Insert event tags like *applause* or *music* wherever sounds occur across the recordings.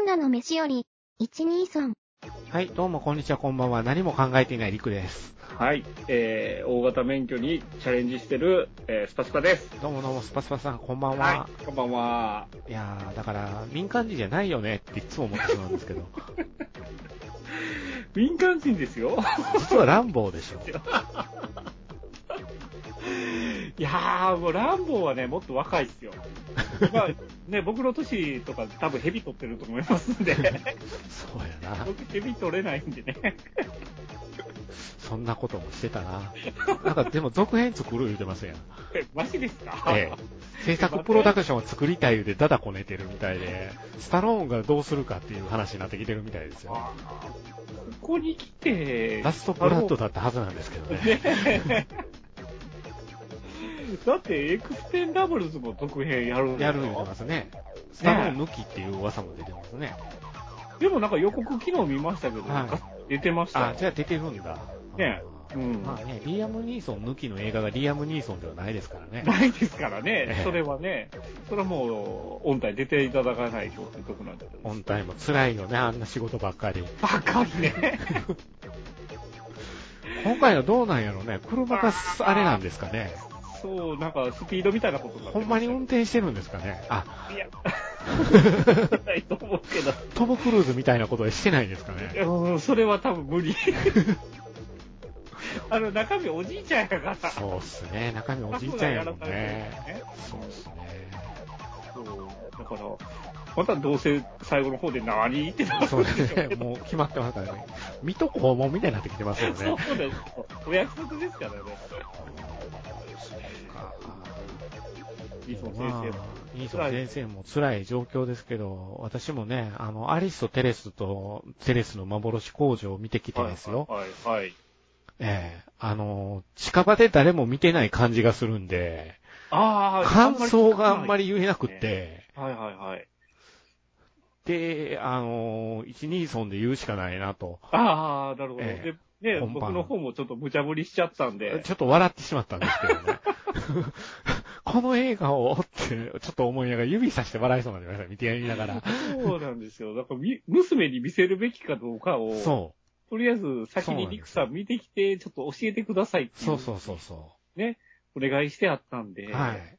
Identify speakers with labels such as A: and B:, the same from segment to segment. A: ンナの飯より、123。
B: はい、どうもこんにちは、こんばんは。何も考えていないりくです。
C: はい、えー、大型免許にチャレンジしてる、えースパスパです。
B: どうもどうも、スパスパさん、こんばんは。
C: はい、こんばんは。
B: い、やー、だから、民間人じゃないよねっていつも思ってしまうんですけど、 *laughs*
C: 民間人ですよ。
B: 実はランボーでしょ。
C: *laughs* いやー、もうランボーはね、もっと若いっす *laughs* よ。まあ、ね、僕の年とか多分ヘビ取ってると思います *laughs* んで、
B: そうやな。
C: 僕ヘビ取れないんで *laughs* ね。
B: そんなこともしてたな。なんか、でも続編作る言うてます *laughs* やん。
C: マジですか、
B: ええ。制作プロダクションを作りたい言うてダダこねてるみたいで、スタローンがどうするかっていう話になってきてるみたいですよ。
C: あーここに来て、
B: ラストブラッドだったはずなんですけどね。
C: だってエクスペンダブルズも特編やるんだ
B: や
C: よ
B: る言うてますね。スタローン抜きっていう噂も出てますね。
C: でもなんか予告昨日見ましたけど、
B: は
C: 出てました
B: あ
C: よ、
B: じゃあ出てるんだ。
C: ね
B: あー
C: うん
B: まあね、リアム・ニーソン抜きの映画がリアム・ニーソンではないですから *laughs* ね。
C: ないですから
B: え
C: ね
B: え、
C: それはね、それはもう、音体出ていただかないとってとこなんだけど。
B: 本体も辛いよね、あんな仕事ばっかり。
C: ばかりね。
B: 今回はどうなんやろね、車がすあれなんですかね。
C: *laughs* そう、なんかスピードみたいなことになって
B: ほんまに運
C: 音
B: 転してるんですかね。あ、
C: いや、 *laughs* ないと思うけど
B: トム・クルーズみたいなことはしてないですかね。
C: いや、うんそれは多分無理。 *laughs* あの、中身おじいちゃんやから。
B: そうっすね、中身おじいちゃんやもんね。そうっすね。
C: そうだから、またどうせ最後の方で何ってなる
B: そうん
C: でしょうけ
B: ね、
C: ど
B: もう決まってますからね。水戸黄門みたいになってきてますよ
C: そ
B: ね
C: う。です。お約束ですからね。いいそう先生
B: ま
C: も。
B: あいいぞ先生も辛い状況ですけど、私もね、あの、アリスとテレスとテレスの幻工場を見てきてですよ。
C: はい、はい、はい。
B: ええあの、近場で誰も見てない感じがするんで、
C: ああ、
B: 感想があんま
C: り。
B: り言えなくって、
C: はい、はい、はい。
B: で、あの、一二損で言うしかないなと。
C: ああ、なるほど。
B: え
C: で、ね、
B: 本番
C: 僕の方もちょっと無茶ぶりしちゃったんで。
B: ちょっと笑ってしまったんですけどね。 *laughs* この映画をって、ちょっと思いながら指さして笑いそうになりました。見てやりながら。
C: そうなんですよ。だからみ、娘に見せるべきかどうかを、
B: そう。
C: とりあえず先にリクさん見てきて、ちょっと教えてくださいってい
B: そうそうそうそ
C: お願いしてあったんで、
B: う。はい。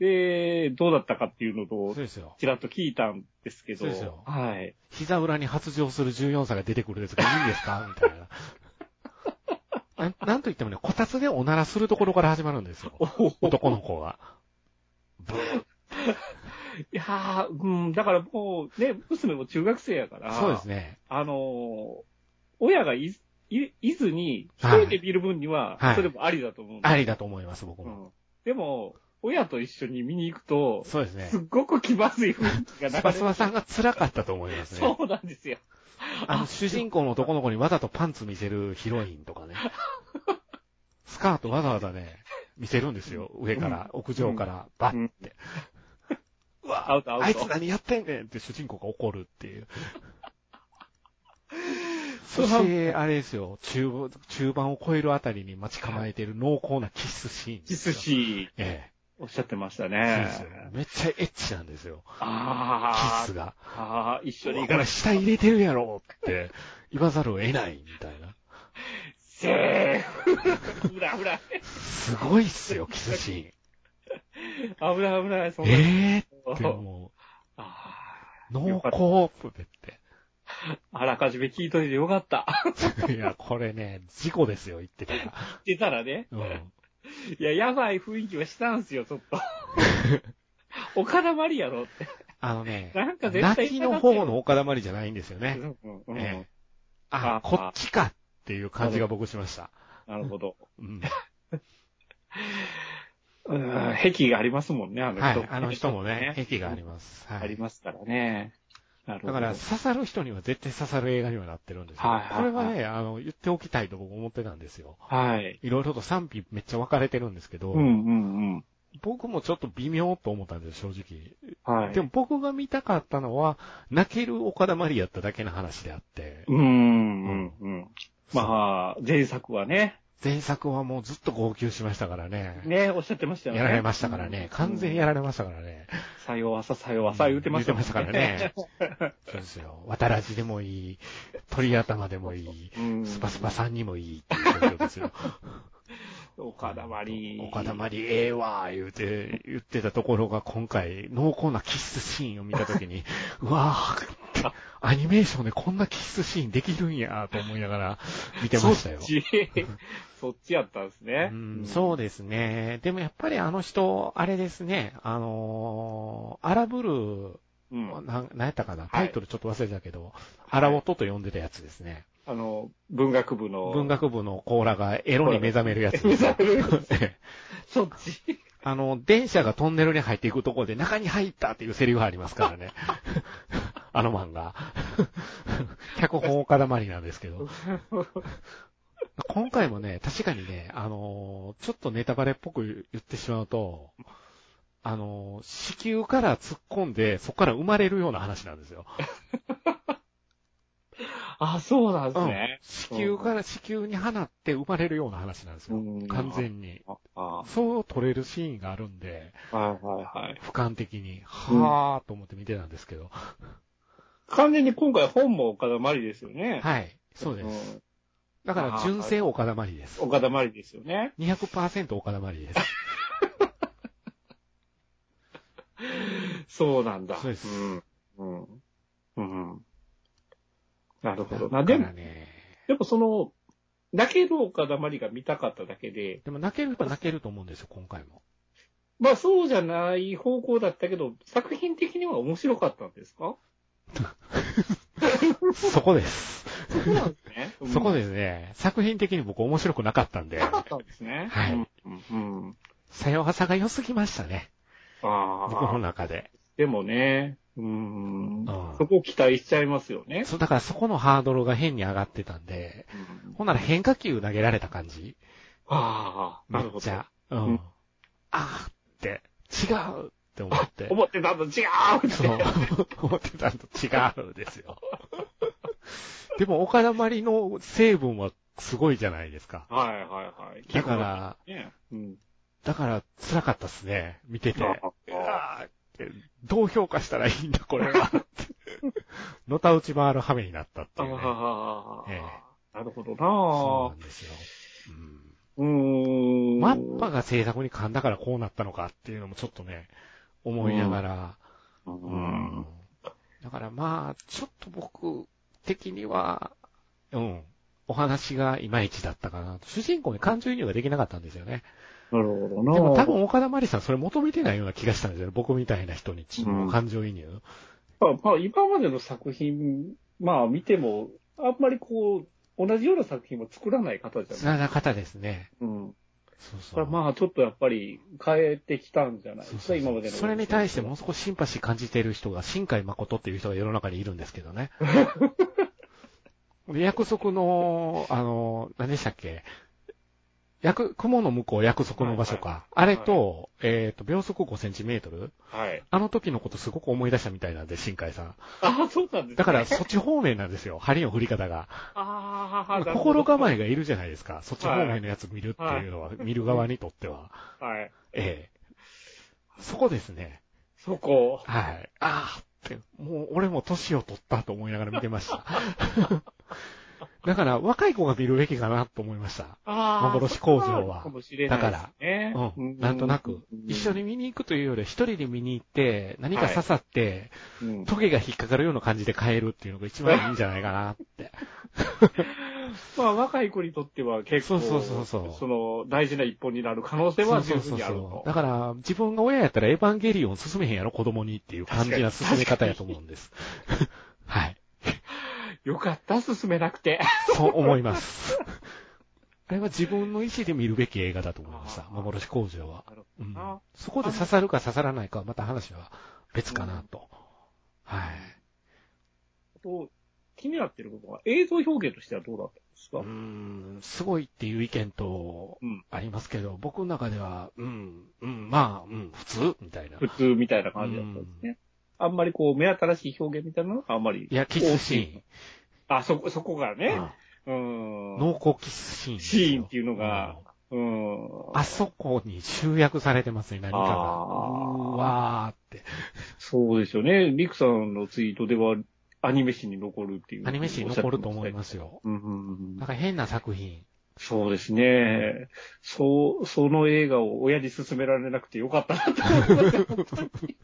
C: で、どうだったかっていうの
B: そう
C: と、
B: ですよ。
C: ちらっと聞いたんですけど、
B: そうですよ
C: はい。
B: 膝裏に発情する14歳が出てくるんですが、いいんです
C: *laughs*
B: かみたいな。ななんと言ってもね、こたつでおならするところから始まるんですよ。男の子が。ブー
C: いやー、うん、だからもう、ね、娘も中学生やから、
B: そうですね。
C: あのー親がい、い、いずに、一人で見る分には
B: はい、
C: それもありだと思うんだ、
B: ありだと思います、僕
C: う
B: も。
C: ん。でも、親と一緒に見に行くと、
B: そうですね
C: す。っごく気まずい雰囲気が流れ
B: ス
C: て
B: パスパさんが辛かったと思いますね。
C: そうなんですよ。
B: あの、主人公の男の子にわざとパンツ見せるヒロインとかね。スカートわざわざね、見せるんですよ。上から、屋上から、バッて。うわ
C: アウトアウト
B: あいつ何やってんねんって主人公が怒るって
C: *laughs*
B: いう。そして、あれですよ、中盤、中盤を超えるあたりに待ち構えてる濃厚なキスシーン。
C: キスシーン、
B: え
C: おっしゃってました
B: え。
C: ね。
B: そうですよめっちゃエッチなんですよ。キ
C: あ
B: ス
C: ー
B: が。
C: あー、一緒に行
B: こ
C: かな
B: れ
C: い。
B: 下入れてるやろって言わざるを得ないみたいな。
C: セーフ。 *laughs* 危ない危ない。
B: すごいっすよ、キスシーン。
C: 危ない危 *laughs* ない。そんな
B: えーっても
C: あ
B: う、濃厚って
C: ーあらかじめ聞いといてよかった。
B: 言って。い *laughs* や、これね、事故ですよ、言ってたら。
C: 言ってたらね。
B: うん。
C: いや、やばい雰囲気はしたんすよ、ちょっ
B: *laughs*
C: と。岡田まりやろって。
B: あのね、
C: なんか絶対
B: 泣きの方の岡田まりじゃないんですよね。
C: うんうん
B: ええ
C: あ
B: あ、こっちかっていう感じが僕しました。
C: なるほど。
B: うん。
C: うん、癖がありますもんね、あの人。
B: はい。あの人もね、癖があり
C: ま
B: ます。
C: す
B: は
C: あり
B: い。
C: ますからね。なるほ
B: だ
C: ど。
B: から、刺さる人には絶対刺さる映画にはなってるんですよ。
C: はいはいはい
B: これはね、あの、言っておきたいと僕思ってたんですよ。
C: はい。
B: いろいろと賛否めっちゃ分かれてるんですけど、
C: うんうんうん。
B: 僕もちょっと微妙と思ったんですよ、正直。
C: はい。
B: でも僕が見たかったのは、泣ける岡田まりやっただけの話であって、
C: うーん、うん、うん。まあ、前作はね、
B: 前作はもうずっと号泣しましたからね。
C: ね、おっしゃってましたよね。
B: やられましたからね。完全にやられましたからね。
C: さよわさ、さよわさ、言うてました *laughs*
B: 言うてましたからね。そうですよ。渡らじでもいい、鳥頭でもいい、
C: うん
B: スパスパさんにもいいっていう状況ですよ。
C: 岡田まり。
B: 岡田まりええわ、言うて、言ってたところが今回、濃厚なキスシーンを見たとき
C: *laughs*
B: に、うわぁ、アニメーションでこんなキスシーンできるんや、と思いながら見てましたよ。
C: そっち、 *laughs* そっちやったんですね。
B: うんそうですね。でもやっぱりあの人、あれですね、あのー、アラブルー、
C: うん。
B: ななんやったかな、タイトルちょっと忘れたけど、アラオトと呼んでたやつですね。
C: あの、文学部の。
B: 文学部の甲羅がエロに目覚めるやつ
C: 目
B: ですよ
C: 覚めるやつ。そっち。
B: あの、電車がトンネルに入っていくところで中に入ったっていうセリフがありますから
C: *laughs*
B: ね。あの漫画。脚本岡だまりなんですけど。今回もね、確かにね、あのーちょっとネタバレっぽく言ってしまうと、あのー子宮から突っ込んで、そこから生まれるような話なんですよ。
C: あ、そうなんですね。
B: 子宮から子宮に放って生まれるような話なんですよ
C: うん。
B: 完全に。
C: あ
B: そう取れるシーンがあるんで、
C: あ、はいはいはい。
B: 俯瞰的に、
C: うん
B: はぁと思って見てたんですけど。
C: 完全に今回本も岡田まりですよね。
B: はい。そうです。
C: す。
B: だから、純正岡田まりです。
C: 岡田まりですよね。
B: 200%岡田まりです。
C: そうなんだ。
B: そうです
C: うん。うん。うん。なるほど。
B: だ
C: な、
B: か
C: でも
B: ら、ね。
C: でもその、泣ける岡田まりが見たかっただけで、
B: でも泣ける人は泣けると思うんですよ、今回も。
C: まあそうじゃない方向だったけど、作品的には面白かったんですか
B: そこです。
C: そこなんですね。
B: そこ
C: で。
B: ですね。作品的に僕面白くなかった
C: *laughs*
B: んで
C: な、かったんですね。
B: はい
C: うん。うんうん。
B: さよはさが良すぎましたね。
C: あ
B: 僕の
C: あ。
B: 中で。
C: でもね、うん
B: あ。ー
C: そこ期待しちゃいますよね。
B: そう、だからそこのハードルが変に上がってたんで、
C: うん
B: ほんなら変化球投げられた感じ
C: ああ、
B: め
C: な
B: っ
C: るほ
B: ち
C: ど。
B: ゃ。うん。
C: うん
B: あーって、違うって思
C: *laughs*
B: って。
C: 思ってたの違うって
B: そう。思ってたのと違うんですよ。でも、岡田まりの成分はすごいじゃないですか。
C: はいはいはい。
B: だから、
C: ね。うん。
B: だから辛かったっすね。見てて。
C: ああ
B: うわーってどう評価したらいいんだ、これ *laughs* は。のたうち回る羽目になったっていう、ね。
C: ああ、
B: え
C: なるほど
B: そう
C: な
B: なんですよ。うん
C: うーん。
B: マッパが制作に噛んだからこうなったのかっていうのもちょっとね、思いながら、
C: う。
B: うんだからまあ、ちょっと僕的には、うん、お話がいまいちだったかなと。主人公に感情移入ができなかったんですよね。
C: なるほどな
B: でも多分岡田まりさんそれ求めてないような気がしたんですよね。僕みたいな人に、
C: うん
B: 感情移入。
C: まあ、まあ、今までの作品、まあ見ても、あんまりこう、同じような作品も作らない方じゃ
B: つ
C: ない。
B: なが方ですね。
C: うん。
B: そう
C: そ
B: そ
C: れ
B: う。
C: はまあ、ちょっとやっぱり変えてきたんじゃないで
B: そ
C: す
B: う
C: か、
B: そう
C: 今までの。
B: それに対してもう少しシンパシー感じている人が、新海誠っていう人が世の中にいるんですけど
C: *laughs*
B: ね。で約束の、あの、何でしたっけ約、雲の向こう約束の場所か。あ
C: い
B: れと、えっ、と、秒速5センチメートル
C: はい。
B: あの時のことすごく思い出したみたいなんで、新海さん。
C: ああ、そうなんですね
B: だ
C: *laughs*
B: から、そっち方面なんですよ。針の振り方が。
C: ああ、なるほど
B: 心構えがいるじゃないですか。そっち方面のやつ見るっていうのは、見る側にとっては。
C: はい。
B: ええ。そこですね。
C: そこ。
B: はい。ああって、もう俺も年を取ったと思いながら見てま *laughs* した。だから若い子が見るべきかなと思いました。
C: ああ。
B: 幻工場は
C: そこあるかもしれないですね。
B: うん。なんとなく。一緒に見に行くというよりは一人で見に行って、何か刺さって、
C: うん
B: トゲが引っかかるような感じで変えるっていうのが一番いいんじゃないかなって。
C: まあ、若い子にとっては結構、
B: そうそうそうそう
C: の、大事な一本になる可能性は十分にあると。
B: だから、自分が親やったらエヴァンゲリオン進めへんやろ、子供にっていう感じな進め方やと思うんです。 *laughs* はい。
C: よかった、進めなく
B: *laughs*
C: て。
B: そう思い *laughs* ます。あれは自分の意思で見るべき映画だと思いました。
C: あー
B: 幻工場は。
C: なる
B: うん
C: ほどな、
B: そこで刺さるか刺さらないかはまた話は別かなと。はい。
C: と気になってることは、映像表現としてはどうだったんです
B: う
C: か、
B: ーん、すごいっていう意見と
C: うん、
B: ありますけど、僕の中では、うん、うん、まあ、うん、普通みたいな。い
C: 普通みたいな感じだったんですね。あんまりこう、目新しい表現みたいなのがあんまり。
B: や、キスシ
C: あ、そこ、そこ
B: ーン。
C: が
B: う
C: ね。
B: ん
C: うん。
B: 濃厚キスシーンですよ。
C: シーンっていうのが
B: ん
C: うん。
B: あそこに集約されてますね、何かが。う
C: あ
B: ー
C: ー
B: わーって。
C: そうですよね。リクさんのツイートでは、アニメ史に残るっていう。。
B: アニメ史に残ると思いますすよ。
C: うんうんうん
B: なんか変な作
C: *laughs*
B: 品。
C: そうですね。そう、その映画を親に勧められなくてよかった *laughs* なと思います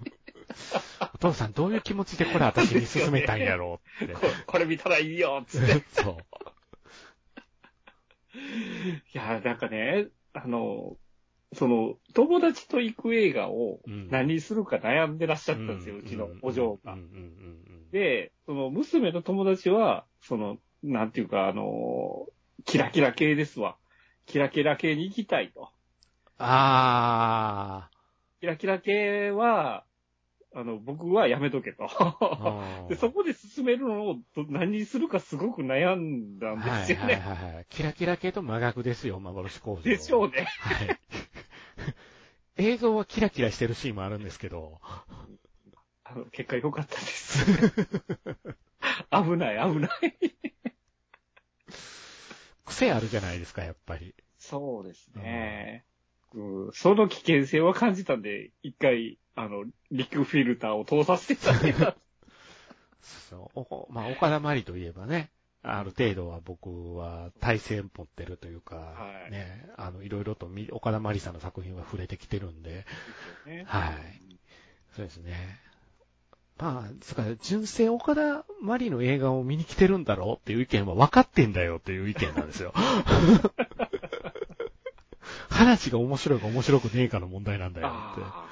B: お父さんどういう気持ちでこれ私に勧めたんやろうって
C: こ。これ見たらいいよっつ *laughs* って。
B: そう。
C: いや、なんかね、あの、その、友達と行く映画を
B: うん
C: *laughs* 何するか悩んでらっしゃったんですよ、うちのお嬢が
B: うん。うんうんうん
C: で、その娘の友達は、その、なんていうか、あの、キラキラ系ですわ。キラキラ系に行きたいと。
B: あ
C: キラキラ系は、あの、僕はやめとけ *laughs* と。
B: ーあー。
C: でそこで進めるのをど何にするかすごく悩んだんですよね。
B: はいはいはいはい。キラキラ系と真逆ですよ、幻工場。
C: でしょうね。
B: はい。 *laughs* 映像はキラキラしてるシーンもあるんですけど、
C: あの結果良かった
B: *laughs*
C: です。危ない、危ない。
B: 癖あるじゃないですか、やっぱり。
C: そうですね。うんその危険性は感じたんで、一回、あの、リックフィルターを通させていただいた。
B: そうおまあ、岡田まりといえばね、 *laughs* ある程度は僕は体制持ってるというか、
C: はい
B: ね、あの、いろいろとみ岡田まりさんの作品は触れてきてるんで、
C: ね
B: はい。そうですね。まあ、つか、純正岡田まりの映画を見に来てるんだろうっていう意見は分かってんだよっていう意見なんですよ。
C: *laughs*
B: 話が面白いか面白くねえかの問題なんだよって。
C: あ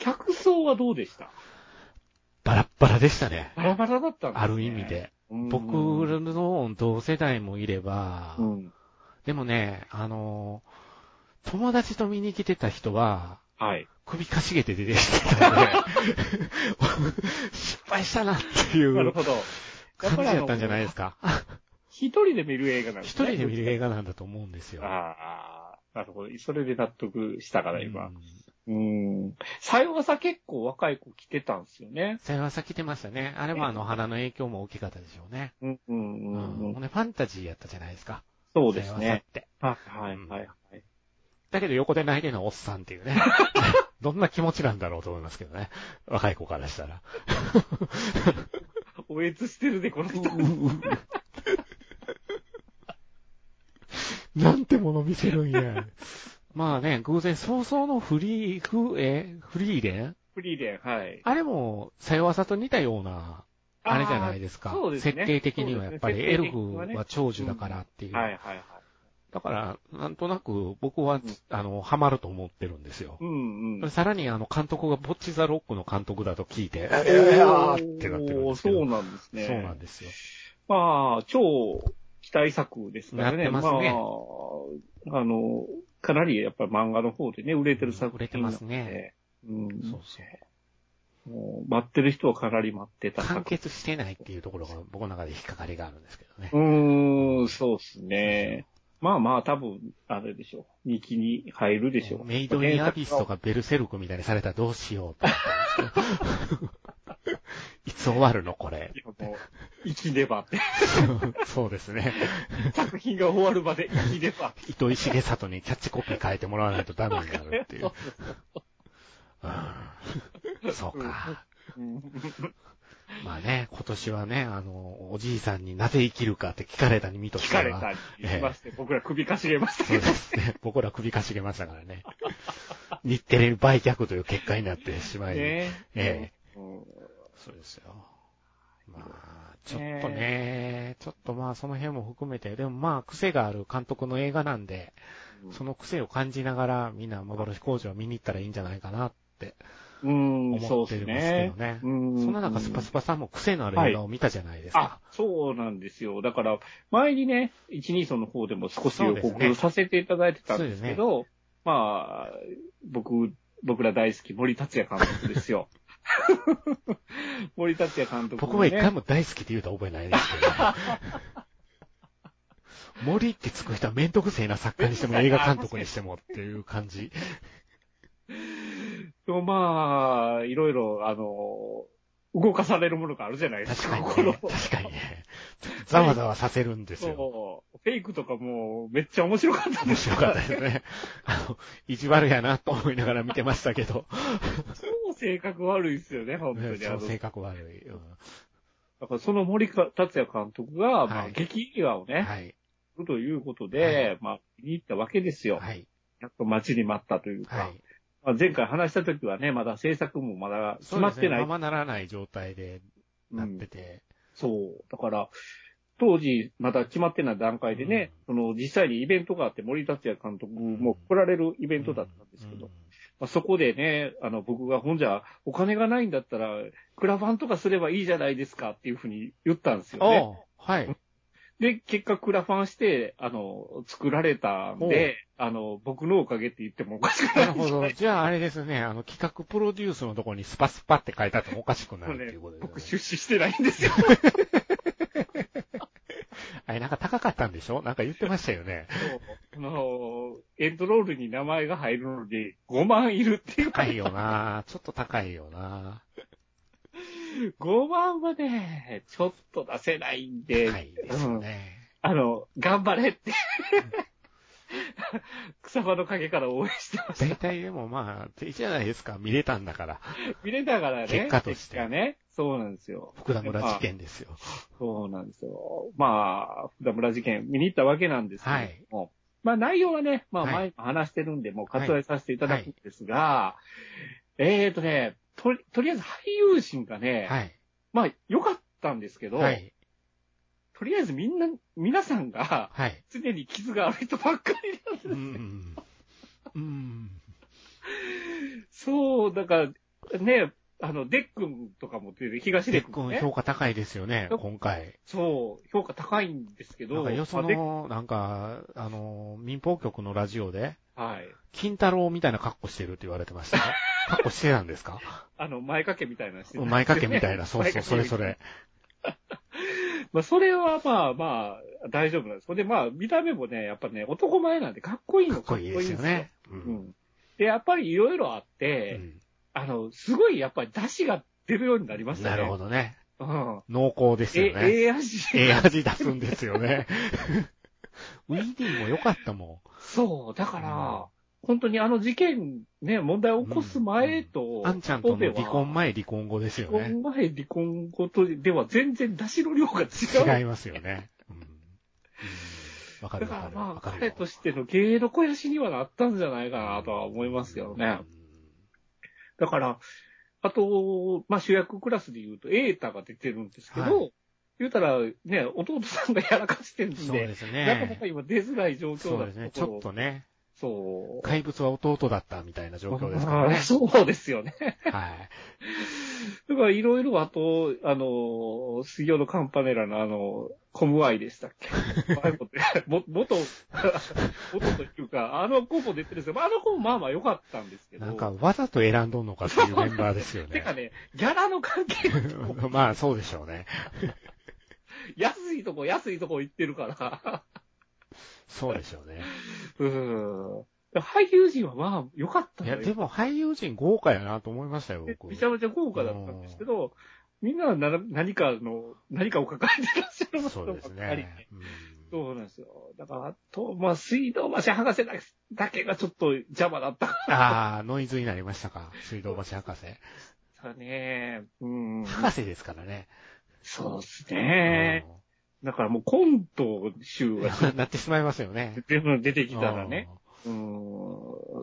C: ー客層はどうでした
B: バラッバラでしたね。
C: バラバラだったんです、ね、
B: ある意味で。
C: うん。
B: 僕の同世代もいれば
C: う、ん。
B: でもね、あの、友達と見に来てた人は、
C: はい。
B: 首かしげて出てきてたので、 *laughs* 失敗したなっていう。
C: なるほど。
B: 感じやったんじゃないです
C: *laughs*
B: か。
C: 一人で見る映画なんで
B: 一
C: すね。
B: 人で見る映画なんだと思うんですよ。
C: ああ、なるほど。それで納得したから、
B: う
C: 今。
B: ん。
C: うん。さよわさ結構若い子来てたんですよね。
B: さよはさ来てましたね。あれはあの花の影響も大きかったでしょうね。
C: うん、
B: う。
C: うん、うんんう
B: も
C: ん。
B: うね、ファンタジーやったじゃないですか。
C: そうです
B: さよはさ
C: ね
B: っ。て。
C: はい、はい、はい。はい
B: だけど横で泣いてるのはおっさんっていう
C: *laughs*
B: ね。どんな気持ちなんだろうと思いますけどね。若い子からしたら。
C: おえつしてるで、この人。
B: *laughs* なんてもの見せるんや。まあね、偶然早々のフリー、フ、え、フリーレン
C: フリーレン、はい。
B: あれも、さよわさと似たような、あれじゃないですか。
C: あーそうですね
B: 設定的にはやっぱり、
C: そう
B: エ
C: です
B: ル
C: ね
B: フ
C: 設定的にはね
B: は長寿だからっていう。
C: はい、はい、はい。
B: だから、なんとなく僕は、あの、ハマると思ってるんですよ
C: う。ん、うん。
B: さらにあの、監督がボッチザロックの監督だと聞いて、
C: お
B: ーってなってるん
C: おー
B: ですけど
C: そうなんですね。
B: そうなんですよ。
C: まあ、超期待作ですからね。
B: なってますね
C: まあ、あの、かなりやっぱり漫画の方でね、売れてる作品、
B: 売れてますね。。
C: うん。
B: そうそう。
C: もう待ってる人はかなり待ってた
B: 完
C: 作品。
B: 結してないっていうところが僕の中で引っかかりがあるんですけどね
C: う。ーん、そうですね。まあまあ、多分、あれでしょう。2期に入るでしょう。
B: メイドインアビスと
C: か。
B: かベルセルクみたいにされたらどうしようと思ったんですけど。いつ終わるのこれ。
C: もう生きねばって。
B: そうですね。
C: 作品が終わるまで生きねば。
B: 糸井重里にキャッチコピー変えてもらわないとダメになるっていう。うんそうか。
C: うん
B: まあね、今年はね、あの、おじいさんになぜ生きるかって聞かれたに見とし
C: 聞
B: て
C: か
B: は。
C: れたりしまして、僕ら首かしげました
B: そう
C: け
B: で
C: ど。
B: すね。僕ら首かしげましたからね。日テレ売却という結果になってしまい。
C: ね。
B: え
C: うん
B: そうですよ。まあ、ちょっとね、ちょっとまあその辺も含めて、でもまあ癖がある監督の映画なんで、その癖を感じながらみんな幻工場を見に行ったらいいんじゃないかなって
C: うーん、
B: 思
C: そ
B: っ
C: う
B: て
C: で
B: る
C: す
B: んですけ
C: ね
B: ど。ね。
C: う
B: そ
C: ん
B: んな中スパスパさんも癖のある映画を見たじゃないです
C: あ
B: か。、
C: そうなんですよ。だから、前にね、123の方でも少し
B: そう
C: 予
B: ですね
C: 告させていただいてたんですけど、まあ、僕、僕ら大好き森達也監督で
B: *laughs*
C: すよ。森達也監督、ね。
B: 僕は一回も大好きって言うと覚えないですけ
C: *laughs*
B: ど、森ってつく人は面倒くせえな作家にしても映画監督にしてもっていう感
C: *laughs*
B: じ。
C: でもまあ、いろいろ、あの、動かされるものがあるじゃないです
B: 確
C: か。
B: かに
C: 心
B: ね。確かにね。ちょっとざわざわさせるんですよ。
C: そう。フェイクとかも、めっちゃ面白かった
B: 面
C: です
B: 白かったですね。 *laughs* あの、意地悪やなと思いながら見てましたけど。
C: 超性格悪いですよね、本当
B: ね
C: に。あ
B: 超
C: の
B: 性格悪い。うん
C: だからその森か達也監督が、ま
B: は
C: あ、
B: い
C: 劇映画をね、
B: はい。
C: するということで、まあ、見に行ったわけですよ。
B: はい。
C: やっと待ちに待ったというか、
B: はい。
C: まあ、前回話した時はね、まだ制作もまだ決
B: そう
C: ま
B: で
C: っ
B: す
C: て
B: ね。
C: ない。
B: ままならない状態でなっ
C: うん
B: てて。
C: そう。だから、当時、まだ決まってない段階でね、その、実際にイベントがあって、森達也監督も来られるイベントだったんですけど、
B: うん
C: まあ、そこでね、あの、僕が、ほんじゃ、お金がないんだったら、クラファンとかすればいいじゃないですかっていうふうに言ったんですよね。
B: おうはい。
C: で、結果、クラファンして、あの、作られたんで、あの、僕のおかげって言ってもおかしくな
B: ないるほど。 *laughs* じゃああれですね、あの、企画プロデュースのとこにスパスパって書いてあってもおかしくないっていうこと
C: 僕、
B: です
C: 出
B: ね。
C: 資してない
B: *laughs*
C: んですよ。
B: あれ、なんか高かったんでしょなんか言ってましたよ
C: *laughs*
B: ね。
C: あの、エンドロールに名前が入るので、5万いるっていうか
B: 高、いよなちょっと高いよな
C: 5万はね、ちょっと出せないんで、
B: 高いですよね。
C: あの、頑張れって。 *laughs* 草場の陰から応援してまし
B: 大
C: た。
B: 体でもまあ、いいじゃないですか。見れたんだから。
C: 見れたからね。
B: 結果として
C: 結果ね。そうなんですよ。
B: 福田村事件ですよ。
C: そうなんですよ。まあ、福田村事件見に行ったわけなんですけども、まあ内容はね、まあ
B: はい
C: 前も話してるんで、もう割愛させていただくんですが、えーとね、とり、とりあえず俳優陣がね、
B: はい。
C: まあ良かったんですけど、
B: はい。
C: とりあえずみんな、皆さんが
B: はい。
C: 常に傷がある人ばっかりなんです
B: うん。うん。
C: そう、だから、ね、あの、デックンとかも出てる、東デ
B: 結
C: ックン、
B: 構
C: ね。
B: 評価高いですよね、今回。
C: そう、評価高いんですけ
B: なん
C: ど。
B: かよそ
C: まあデッ
B: の、なんか、あの、民放局のラジオで、
C: クはい。
B: 金太郎みたいな格好してるって言われてま
C: *laughs*
B: したよ。格好してたんですか
C: あの、前掛けみたいなのしてた
B: 前掛けみたいな、そうそう、それそ。
C: 前掛けみたい
B: れ。
C: なまあ、それはまあまあ、大丈夫なんです。ほんで、まあ、見た目もね、やっぱね、男前なんでかっこいい
B: か
C: の
B: っこいいですよね。う。
C: かっこいいんですよ。うんん。で、やっぱりいろいろあって、あの、すごいやっぱり出汁が出るようになりま
B: う
C: し
B: ん
C: たね。
B: なるほ
C: ど。
B: どね。
C: うん。
B: 濃厚です
C: え
B: よ、ね。
C: ええ味。
B: ええ味出すんですよ
C: *laughs*
B: ね。ウィーディも良かったも
C: そう、だか
B: うん
C: ら、本当にあの事件、ね、問題を起こす前と、
B: ん。あんちゃんとの離婚
C: 前、
B: 前、離婚後ですよ
C: 離
B: ね。
C: 婚前、離婚後とでは全然出汁の量が違う。
B: 違いますよね。うん。うんわか
C: だ
B: る
C: か
B: わからる。
C: ま
B: わ
C: あ、
B: かる
C: 彼
B: よ。
C: としての経営の肥やしにはなったんじゃないかなとは思いますけどね。だから、あと、まあ主役クラスで言うと、エータが出てるんですけど、
B: は
C: 言うたら、ね、弟さんがやらかしてるん
B: うん。
C: で、
B: そうです
C: なかなか
B: ね。
C: 今出づらい状況
B: そ
C: だ
B: うですね。
C: た
B: ちょっとね。
C: そう。
B: 怪物は弟だったみたいな状況ですから
C: あ
B: ね。
C: *laughs* そうですよね。
B: はい。
C: だからいろいろあと、あの、水曜のカンパネラのあの、コムアイでしたっけあれも *laughs* も元、元というか、あの子も出てるんですよ。まああの子もまあまあ良かったんですけど。
B: なんか、わざと選んどんのかっていうメンバーですよ
C: て *laughs*
B: ね
C: か。ね、ギャラの関係が、
B: まあ、そうでしょうね。
C: 安いとこ安いとこ行ってるから。
B: そうでしょうね。
C: うん。俳優陣はまあ良かった
B: い
C: んだ
B: や、
C: よ
B: でも俳優陣豪華やなと思いましたよ、僕。
C: めちゃめちゃ豪華だったんですけど、みんなはな何かの、何かを抱えてらっしゃる
B: そうです
C: ばっかり
B: ね。うん
C: そうなんですよ。だから、と、まあ、水道橋博士だけだけがちょっと邪魔だったか
B: ああ、ノイズになりましたか。水道橋博士。
C: らね。うん。
B: 博士ですからね。
C: そうですね。だからもうコント集が *laughs*
B: うんな *laughs* ってしまいますよね。
C: 全部出てきたらね。うん。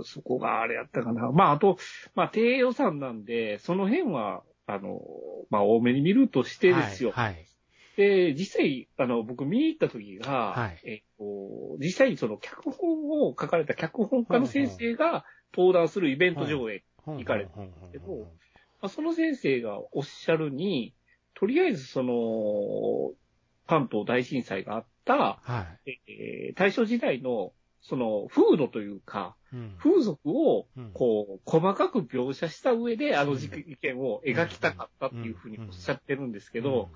C: そこがあれやったかな。まあ、あと、まあ、低予算なんで、その辺は、あの、まあ、多めに見るとし
B: う
C: て
B: ん。
C: ですよ。
B: はい。
C: で、実際、あの、僕見に行った時が、
B: はい
C: えっと、実際にその脚本を書かれた脚本家の先生が登壇するイベント上映行かれ
B: たんです
C: けどまあ、その先生がおっしゃるに、とりあえずその、関東大震災があった、
B: はい。
C: えー大正時代の、その、風土というか、
B: うん
C: 風俗を、
B: うん
C: こう、細かく描写した上で、あの事件を描きたかったっていうふうにおっしゃってるんですけど、、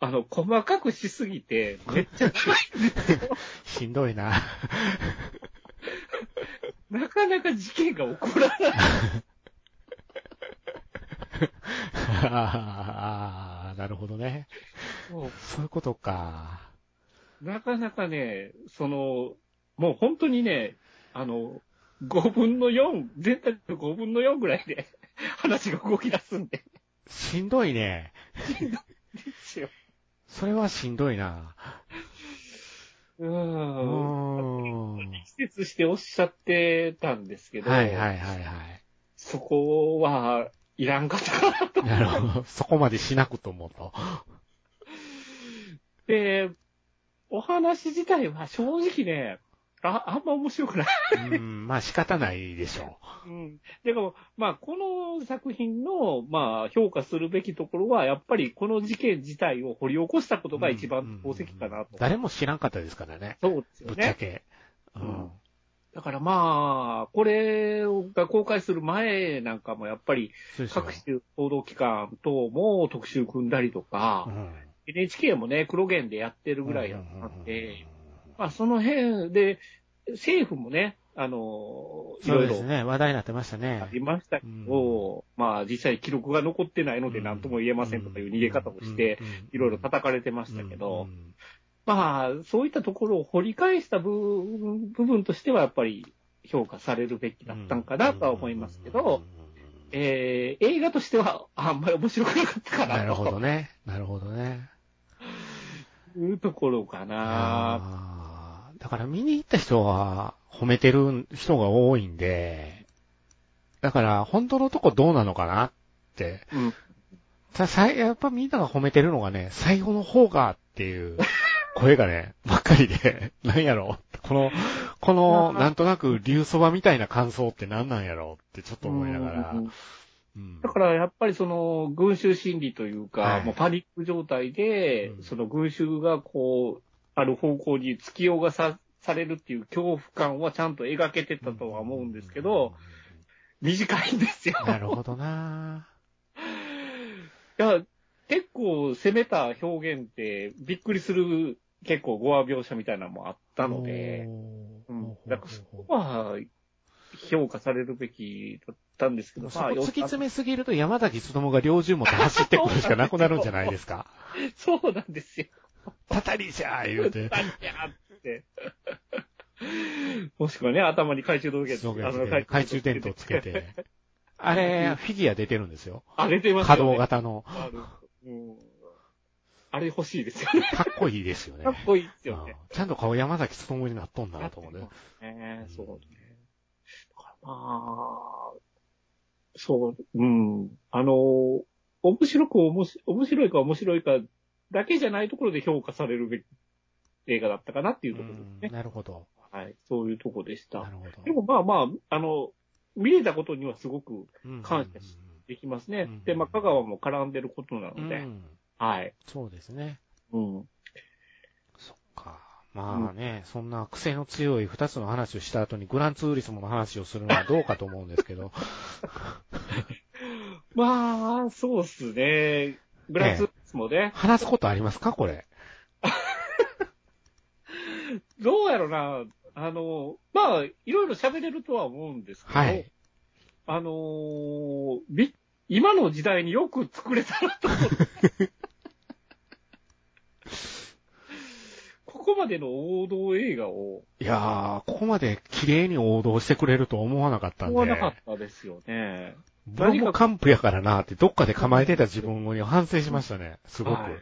C: あの、細かくしすぎて、めっちゃ長い
B: うんしんどいな。 *laughs*
C: なかなか事件が起こらない。
B: ああ、なるほどね。そういうことか。
C: なかなかね、その、もう本当にね、あの、5分の4、全体の5分の4ぐらいで話が動き出すんで
B: しんどいね。
C: すよ。
B: それはしんどいな。
C: う
B: うー
C: ん。
B: ん。はい
C: 季節しておっしゃってたんですけど、
B: はいはいは
C: そこはいらんかったかなと
B: い。なるほど。そこまでしなくともと。
C: で、お話自体は正直ね、ああんま面白くない。
B: うん、まあ仕方ないでしょ
C: うん。でも、まあ、この作品の、まあ、評価するべきところは、やっぱりこの事件自体を掘り起こしたこ
B: う。
C: とが一
B: うん
C: 番宝石かなと。
B: 誰も知らんかったですからね。
C: そうです
B: ぶ
C: よ
B: っちゃ
C: ね。
B: け。う
C: うん
B: ん。
C: だからまあ、これが公開する前なんかも、やっぱり
B: そうですよ
C: 各。種報道機関等も特集組んだりとか、
B: うん。
C: NHK もね、黒源でやってるぐらいだったんで、まあ、その辺で、政府もね、あの、い
B: そ
C: ろ
B: う
C: い
B: で
C: ろ
B: すね。話題になってましたね
C: あ。りましたけど、まあ実際記録が残ってないので何とも言えませんとかいう逃げ方をして、
B: うん、
C: いろいろ
B: っ
C: 叩かれてましたけど
B: う、ん
C: まあそういったところを掘り返した部部分としてはやっぱり評価されるべきだったんかなとは思いますけど、、
B: うん
C: えー映画としてはあんまり面白くなかったか
B: な
C: な
B: るほ
C: と
B: どね。なるほどね。
C: いうところかな。
B: あーだから見に行った人は褒めてる人が多いんで、だから本当のとこどうなのかなって。
C: うん
B: たさいやっぱみんなが褒めてるのがね、最後の方がっていう声が
C: *laughs*
B: ね、ばっかりで、なんやろうこの、この、
C: あー
B: なんとなく流そばみたいな感想って何なんやろうってちょっと思いながら。
C: うん
B: うん
C: だからやっぱりその群衆心理というか、
B: はい
C: もうパニック状態で、
B: うん
C: その群衆がこう、ある方向に突きようがさ、されるっていう恐怖感はちゃんと描けてたとは思うんですけど、、短いんですよ。 *laughs*
B: なるほどな。
C: いや、結構攻めた表現ってびっくりする結構ゴア描写み *laughs* たいなのもあったので、
B: おー、
C: うん
B: ほう
C: だから
B: ほうほう
C: まあ、評価されるべきだったんですけど、
B: そこ
C: まあ、
B: 突
C: よ
B: き詰めすぎると山崎努が猟銃持って走ってくるしかなくなるんじゃないです
C: *laughs*
B: か。
C: そうなんですよ。
B: たたりじゃー言う
C: *laughs*
B: て。
C: って。もしくはね、頭に懐中時計
B: そう
C: あ
B: です
C: の
B: ね懐中電灯つけ。て。
C: *laughs*
B: あれ、フィギュア出てるんですよ。
C: あれ出ますよ、ね。
B: 稼働型の。
C: ある。うんあれ欲しいですよね。
B: かっこいいですよね。
C: かっこいいですよ
B: う
C: ね
B: ん。ちゃんと顔山崎努になっとんだなと思うね。
C: ねそうね。だからまあ、そう、うん。あの、面白く面白面白いか面白いかだけじゃないところで評価されるべき映画だったかなっていうところです
B: う
C: ね
B: ん。なるほど。
C: はい。そういうとこでした
B: な。るほど。
C: でもまあまあ、あの、見れたことにはすごく
B: うん
C: 感謝しできますね。
B: うん
C: で、まあ、香川も絡んでることな
B: う
C: の
B: ん
C: で、
B: うん
C: はい。
B: そうですね。
C: うん。
B: そっか。まあね、そんな癖の強い二つの話をした後にグランツーリスモの話をするのはどうかと思うんですけ
C: *laughs*
B: ど。
C: まあ、そうっすね。グラスもね、
B: 話すことありますかこれ。
C: どうやろな、あの、まあ、いろいろ喋れるとは思うんですけど、
B: はい。
C: あのーび、今の時代によく作れたな
B: *laughs*
C: と思って。ここまでの王道映画を
B: いやー、ここまで綺麗に王道してくれるとは思わなかったん
C: 思わなかっ
B: で、
C: たですよね。
B: 僕もカンプやからなってどっかで構えてた自分に反省しましたね、すごく。
C: はい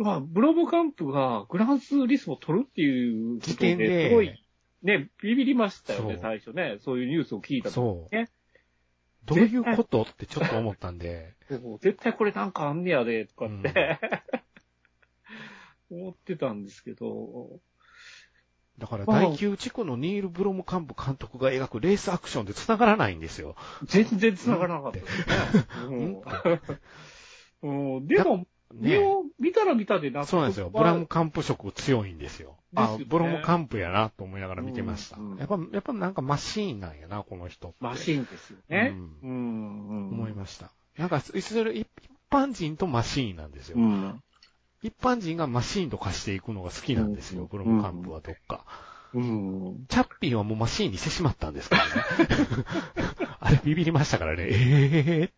C: まあ、ブロボカンプがグランスリスを取るっていうこと
B: 時点
C: で、
B: です
C: ごい、ね、ビビりましたよね
B: そ、う
C: 最初ね。そういうニュースを聞いたと
B: そう
C: ね。
B: どういうことってちょっと思ったんで、
C: そう絶対これなんかあんねやで、とかって、 *laughs* 思ってたんですけど、
B: だから第9地区のニール・ブロムカンプ監督が描くレースアクションで繋がらないんですよ。
C: 全然繋がらなかったですね。うんうんでも、見
B: ね
C: よう見たら見たでな
B: そうなんですよ。ブラムカンプ色強いんですよ。
C: です
B: あ
C: よね、
B: ブロムカンプやなと思いながら見てました
C: うんう。ん
B: やっぱ、やっぱなんかマシーンなんやな、この人って。
C: マシーンですよね。
B: う
C: うん。うん
B: 思いました。なんか、それ一般人とマシーンなんですよ。
C: うん。
B: 一般人がマシーンと化していくのが好きなんです
C: う
B: よ、
C: ん
B: ブロムカンプはどっか。
C: うん。
B: チャッピーはもうマシーンにしてしまったんです *laughs* からね。あれビビりましたからね。え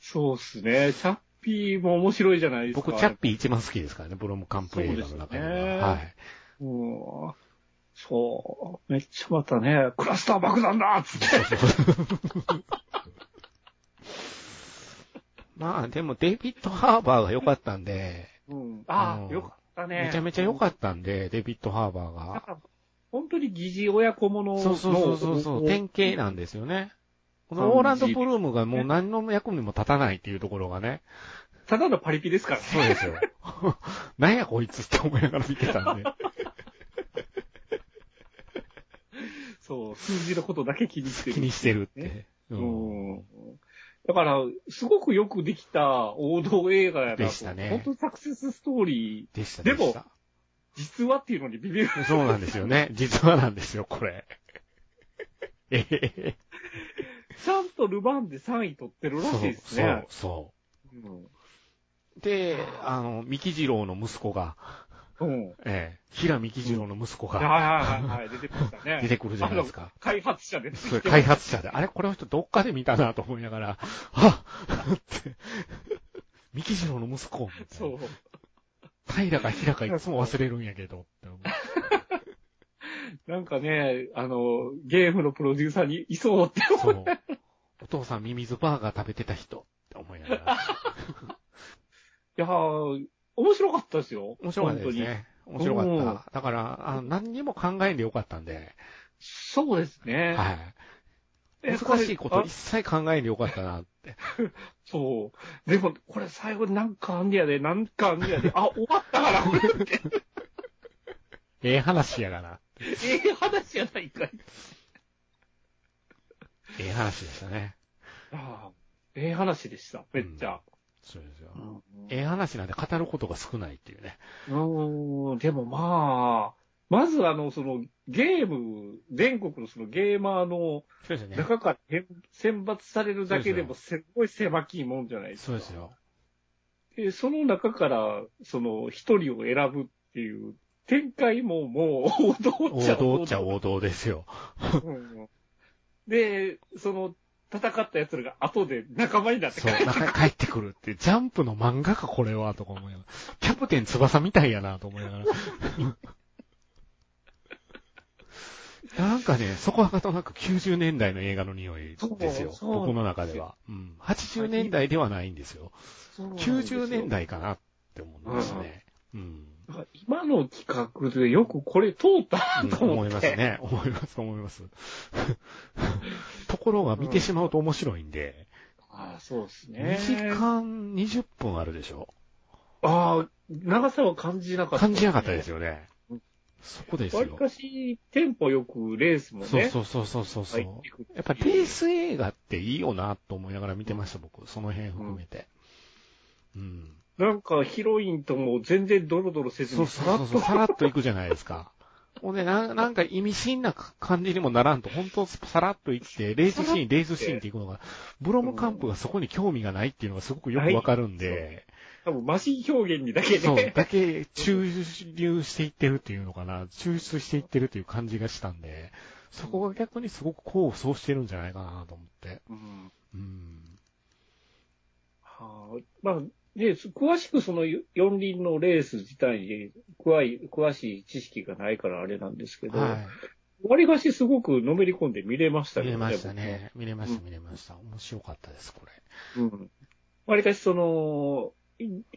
C: そうっすね。チャッピーも面白いじゃ
B: え
C: ない
B: ー、
C: ですか。
B: 僕、チャッピー一番好きですからね、ブロムカンプ映画の中で
C: そうですよね
B: は。はい。 *laughs*
C: ー。うん。そう。めっちゃまたね、クラスター爆弾だっつって。
B: まあ、でもデイビッド・ハーバーが良かったんで、
C: うん。あ
B: うん
C: あ、よかったね。
B: めちゃめちゃ良
C: っ
B: かったんで、デイビッド・ハーバー
C: たなん
B: が。
C: か、本当に疑似親子ものの、
B: そうそうそうそうそう、典型なんですよね。このオーランド・ブルームがもう何の役にも立たないっていうところがね。
C: ただのパリピですからね。
B: そうですよ。なんやこいつって思いながら見てたんで。
C: そう、数字のことだけ気にしてる。
B: 気にしてるって
C: ね。
B: うん
C: うん。だから、すごくよくできた王道映画やなと。
B: でしたね
C: 本当にサクセスストーリー、
B: でした、
C: でも
B: した
C: 実話っていうのにビビる。
B: そうなんですよ
C: *laughs*
B: ね。実はなんですよ、これ。えへへへ
C: ちゃんとルバンで3位取ってるらしいです
B: そうそう
C: ね。
B: そうう。で、あの、三木次郎の息子が、
C: ん。うん。
B: ええ、平三木次郎の息子
C: はい
B: が
C: はいはいはい、出てきましたね。
B: 出てくるじゃないですか。
C: 開発者で出て
B: それ
C: きて
B: 開発者で、あれこれの人どっかで見たなと思いながら、 *laughs* はっって、三木次郎の息子みたいな。
C: そう。
B: 平か平かいつも忘れるんやけどって思う。
C: なんかね、あの、ゲームのプロデューサーにいそうって思う
B: そう。お父さんミミズバーガー食べてた人って思いながら。
C: いやー、面白かったですよ。
B: 面白かったですね。面
C: 本当
B: 白
C: に
B: かった。だから、あの何にも考えんでよかったんで、
C: 本当に。そうですね。
B: はい。
C: え
B: 難しいこ
C: れ
B: と
C: あ
B: 一切考えんでよかったなって。
C: そう。でも、これ最後なんかあんねやで、なんかあんねやで、あ、終わっ
B: *laughs*
C: たから、これって、
B: ええ話やがな。
C: ええ話やないかい。
B: ええ話でしたね。
C: ああええ話でした、めっちゃ。
B: そうですよ
C: う。ん、
B: ええ話なんて語ることが少ないっていうね。
C: うーん、でもまあ、まずあの、その、ゲーム、全国のそのゲーマーの
B: そうですね。
C: 中からへん選抜されるだけでもすっごい狭きもんじゃないですか。
B: そうですよ。
C: で、その中から、その、一人を選ぶっていう展開ももう、 *laughs* 王道っ
B: 王
C: ちゃ
B: 道っちゃ王道ですよ。
C: うんで、その、戦った奴らが後で仲間になって
B: そう、中に帰ってくるって、ジャンプの漫画かこれは、とか思いながら。キャプテン翼みたいやな、と思い
C: *laughs*
B: ながら。なんかね、そこはかとなく90年代の映画の匂いですよ。
C: そうそう
B: 僕の中では。うん。80年代ではないんですよ。90年。代かなって思うんですね。うん。
C: なんか今の企画でよくこれ通った
B: うん
C: と思
B: 思
C: っ
B: い
C: て。
B: ますね。思います、思います。 *laughs* ところが見てしまうと面白いんで、
C: ああ、そうですね。
B: 2時間20分あるでしょ。
C: ああ、長さは感じなかった、
B: 感じなかったですよね
C: うん。
B: そこです
C: わり
B: よ。
C: かし、テンポよくレースもね。
B: そうそうそうそうそうそう。
C: 入ってくる
B: やっぱりレース映画っていいよなと思いながら見てました、僕。その辺含めて。うん。
C: なんかヒロインとも全然ドロドロせず
B: そう
C: に、
B: そ
C: さ
B: う
C: ら
B: そ
C: っ
B: うそ
C: と
B: う。さらっといくじゃないですか。ほんで、ななんか意味深な感じにもならんと、本当さらっといって、レースシーン、レースシーンっていくのが、ブロムカンプがそこに興味がないっていうのがすごくよくわかるんで、
C: 多分マシン表現にだけ
B: そう、
C: ね。
B: だけ注入していってるっていうのかな、抽出していってるっていう感じがしたんで、そこが逆にすごく功を奏してるんじゃないかなと思って。
C: うん
B: うん。
C: はあ、まあ、ね、す詳しくそのよ四輪のレース自体に詳い詳しい知識がないからあれなんですけど、
B: は
C: 割りしすごくのめり込んで見れまし
B: い。
C: た
B: 見
C: け
B: れ
C: どね。
B: ましたね。見れました、見れました。面白かったです、これ。
C: 僕。うん。割りかしその、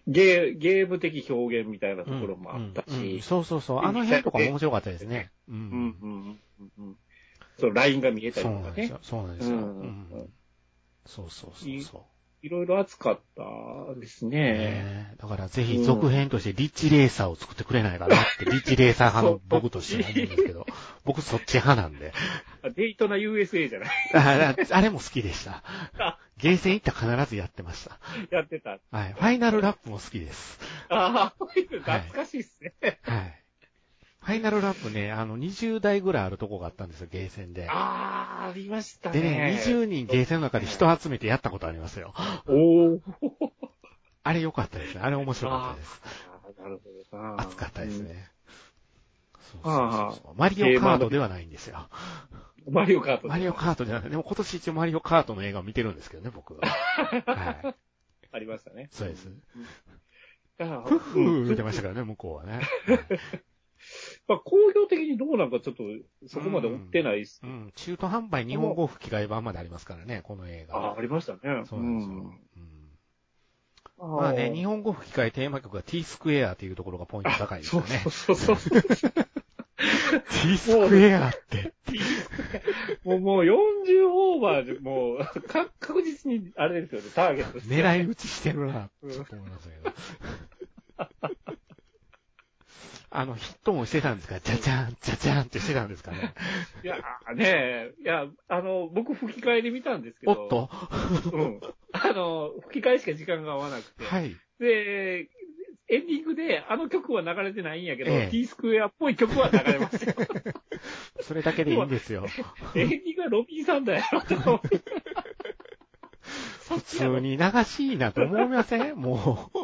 C: ゲー、ゲーム的表現みたいなところもあった
B: うんうんうん
C: し、
B: そうそうそう。あの辺とかも面白かったですね。う
C: うんうん
B: ん。
C: うんうん。そのラインが見えたり
B: そ
C: と
B: うな
C: か
B: んです
C: ね
B: よ。。そうなんですよ。う
C: うん
B: ん。そうそうそうそう。
C: いろいろ熱かったですね。
B: ねえだからぜひ続編としてリッチレーサーを作ってくれないかなって、リッチレーサー派の僕としては思うんですけど、僕そっち派なんで。
C: あデイトな USA じゃない
B: あ
C: *laughs*
B: あれも好きでした。ゲーセン行ったら必ずやってました。
C: やってた。
B: はい。ファイナルラップも好きです。
C: ああ、懐かしいっすね。
B: はい。ファイナルラップね、あの、20台ぐらいあるとこがあったんですよ、ゲーセンで。
C: ああ、ありましたね。
B: でね、20人ゲーセンの中で人集めてやったことありますよ。
C: おお。
B: あれ良かったですね。あれ面白かったです。
C: なるほどな。
B: 熱かったです
C: うん。
B: ね。そうそうそうそうマリ
C: ゲ
B: オ
C: ーマ
B: カ
C: ー
B: ー
C: の
B: ドではないんですよ。
C: マリオカート。
B: マリオカートじゃない。でも今年一応マリオカートの映画を見てるんですけどね、僕は。
C: *laughs*
B: はい。
C: ありましたね。
B: そうです。
C: だから
B: ふっふ
C: うん
B: ー言ってましたからね、向こうはね。
C: まあ、工業的にどうなんかちょっと、そこまで追ってないです。
B: うん。中途販売日本語吹き替え版までありますからね、この映
C: あ
B: 画。
C: あ、ありましたね。
B: そうなんですよ。う
C: うん
B: ん。まあね、日本語吹き替えテーマ曲が T スクエアっていうところがポイント高いですよね *laughs*
C: そ。うそうそうそう。
B: T スクエアって。
C: もう、もう40オーバーで、もう、か確実に、あれですよね、ターゲットして。
B: 狙い撃ちしてるな、
C: うん
B: ちょっと思いましたけど。 *laughs* あの、ヒットもしてたんですかじゃじゃん、じゃじゃんってしてたんですかね。
C: いやーねえ、いや、あの、僕吹き替えで見たんですけ
B: お
C: ど。
B: っと
C: うん。あの、吹き替えしか時間が合わなくて。
B: はい。
C: で、エンディングで、あの曲は流れてないんやけど、
B: ええ
C: T スクエアっぽい曲は流れま
B: *laughs*
C: したよ。
B: それだけでいいんですよ。
C: エンディングはロビンさ
B: *laughs*
C: んだよ、と思って
B: 普通に流しいなと思いま
C: *laughs*
B: せんもう。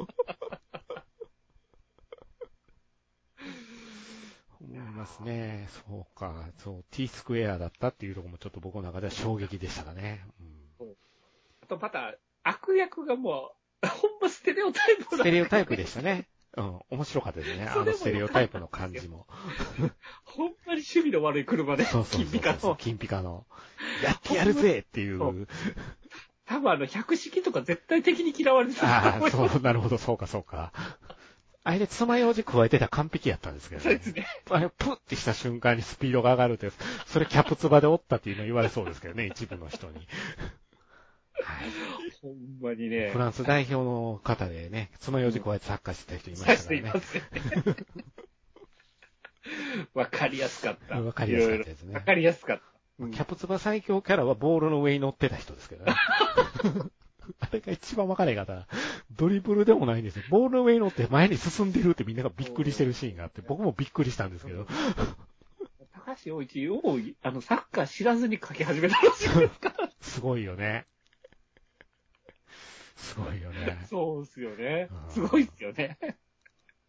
B: 思いますね。そうか。そう、t スクエアだったっていうところもちょっと僕の中では衝撃でしたかね。
C: あとまた、悪役がもう、ほんまステレオタイ
B: う
C: プ
B: ん、ス
C: な
B: テレオタイプでしたね。うん、面白かったですね。あのステレオタイプの感じも。
C: ほんまに趣味の悪い車で、
B: そうそうそうそう。
C: 金ピカの。
B: 金ピカの。やってやるぜってい。
C: そう多分あの、百式とか絶対的に嫌われてた
B: あ
C: と思
B: あ、
C: います。
B: そう、なるほど、そうか、そうか。あれで爪楊枝加えてたら完璧やったんですけど
C: そう
B: ね
C: で。すね。
B: あれ、プッてした瞬間にスピードが上がるって、それキャプツバで折ったっていうの言われそうですけどね、一部の人に。はい。
C: ほんまにね
B: *laughs* フ。ランス代表の方でね、爪楊枝加えてサッカーしてた人いま
C: さ
B: した
C: し
B: か
C: て
B: ら
C: い
B: ね
C: ま。すね。わかりやすかった。
B: わかりやすかったです
C: いろいろわ
B: ね。
C: かりやすかった。うん
B: キャプツバ最強キャラはボールの上に乗ってた人ですけど
C: *laughs*
B: ね。あれが一番分かれへんかったな。ドリブルでもないんですよ。ボールの上に乗って前に進んでるってみんながびっくりしてるシーンがあって、僕もびっくりしたんですけど。
C: 高橋洋一を、あの、サッカー知らずに書き始めたら
B: *laughs*
C: しいですか
B: すごいよね。すごいよね
C: ら。。そうですよね
B: う。ん
C: すごいですよね。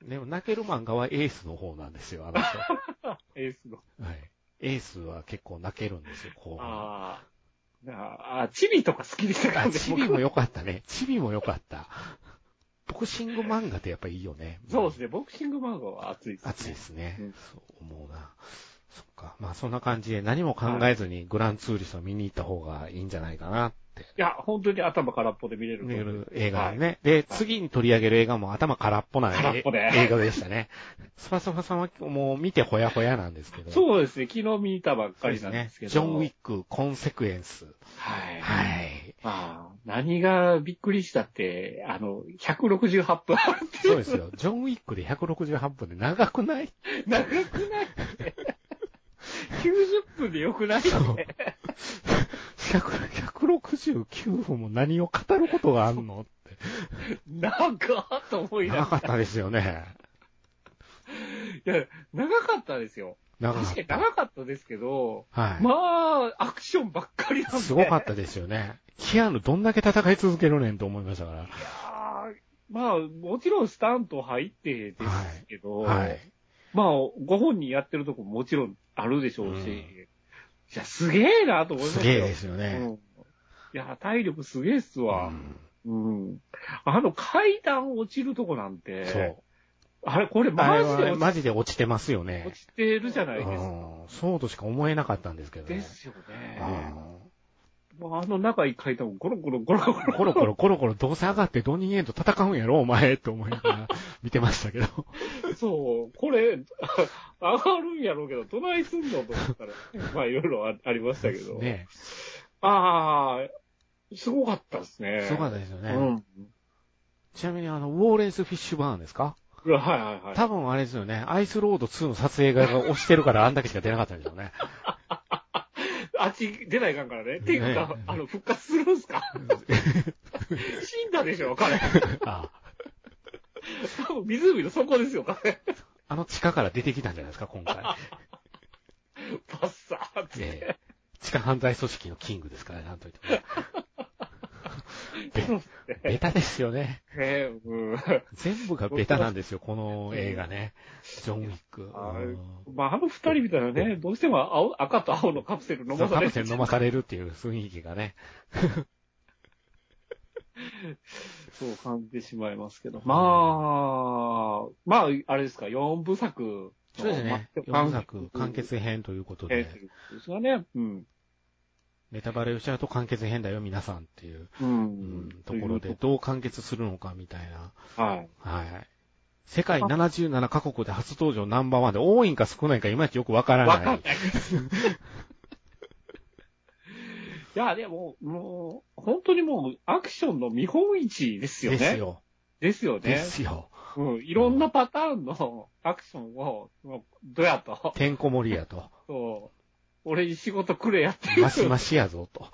B: でも泣ける漫画はエースの方なんですよ、あの
C: *laughs*
B: 人。
C: エースの。
B: はい。エースは結構泣けるんですよ、後半。
C: ああ。ああ、チビとか好きでしたから
B: あ、
C: ね。
B: チビも
C: 僕
B: 良かったね。チビも良かった。ボクシング漫画ってやっぱいいよね。
C: そうですね。ボクシング漫画は熱いですね。
B: 熱いですね。
C: うん
B: そう思うな。そっか。まあそんな感じで何も考えずにグランツーリスト見に行った方がいいんじゃないかなって。
C: いや、本当に頭空っぽで見れると思
B: 見
C: う。
B: る映画ね、で、次に取り上げる映画も頭空っぽな
C: 空っ
B: え
C: ぽで
B: 映画でしたね。スパスパさんはもう見てほやほやなんですけど。う
C: そうですね。昨日見たばっかりなん
B: で
C: ですす
B: ね。
C: けど。
B: ジョン・ウィック、コンセクエンス。
C: はい。
B: はい。
C: まあ、何がびっくりしたって、あの、168分あるってい。
B: そうですよ。ジョン・ウィックで168分で長くないう
C: 長くないって90分でよくないって
B: そう100 ?169 分も何を語ることがあるのって。
C: 長っと思いな
B: 長
C: が
B: かったですよね。
C: ら。いや、長かったですよ。
B: 長か
C: 確
B: っ
C: かに
B: た。
C: 長かったですけど、
B: はい。
C: まあ、アクションばっかりなんで。
B: すごかったですよね。キアヌどんだけ戦い続けるねんと思いましたから。
C: いやーまあ、もちろんスタント入ってですけど、
B: はい。
C: まあ、ご本人やってるとこももちろんあるでしょうし、
B: うん
C: いや、すげえなと思いますす
B: げえ
C: よ。
B: ですよ
C: う
B: ね。
C: ん。いや、体力すげえっす
B: う
C: わ。
B: ん
C: うん。あの階段落ちるとこなんて、
B: そう。
C: あれ、これ
B: あ
C: マ
B: れ
C: ジで
B: はマ
C: 落ち
B: ジで落ちてますよ
C: 落
B: ね。
C: ちてるじゃな
B: う
C: いですか。
B: んそうとしか思えなかったんですけど
C: で
B: ね。
C: すよ
B: う
C: ね。
B: ん
C: もうあの長い階段をゴロゴロゴロゴロ。
B: コロコロコロコロどうせ上がってドニーエンと戦うんやろお前と思いながら
C: *laughs*
B: 見てましたけど。
C: そう、これ、あ上がるんやろうけど、どないすんのと思ったら、まあいろいろあありましたけど。
B: ね
C: ああ、すごかったですね。
B: すごかったですよ
C: う
B: ね。
C: ん。
B: ちなみにあの、ウォーレンス・フィッシュバーンですか
C: はいはいはい。
B: 多分あれですよね。アイスロード2の撮影が押してるからあんだけしか出なかったんでしょうね。
C: あっち出ないかんからね。っていうか
B: ね、
C: あの、復活するんすか死んだでしょ、彼。
B: あ
C: 多分湖の底ですよ、彼。
B: あの地下から出てきたんじゃないですか、今回。
C: バッサーって。
B: ええ地下犯罪組織のキングですからね、なんといってもね。
C: そう
B: ベタですよね。
C: ね、うん。
B: 全部がベタなんですよ、この映画ね。ジョン・ウィック。
C: あ
B: うん
C: まあ、あの二人みたいなね、どうしても青赤と青のカプセル飲
B: そ
C: ま
B: う
C: さ
B: カ
C: れ
B: プ
C: て
B: セル飲まされるっていう雰囲気がね。
C: そう感じてしまいますけど。まあ、まあ、あれですか、四部作。
B: そうですね。
C: まあ
B: 4作完結編ということ
C: え
B: で。
C: ーですよね。うん。
B: ネタバレをしちゃうと完結編だよ、皆さんっていう、
C: う
B: うんん、ところで、。どう完結するのかみたいな。
C: はい。
B: はい。世界77カ国で初登場ナンバーワンで多いんか少ないんかいまいちよくわから
C: わかんな
B: ないい。。
C: いや、でも、もう、本当にもう、アクションの見本市ですよ
B: で
C: ね。
B: す。よ。
C: ですよ
B: で
C: ね。
B: すよ。
C: うん。いろんなパターンのアクションを、もうどやと、
B: てんこ盛りやと。
C: そう俺に仕事くれやって
B: マシ
C: いう
B: マシやぞと。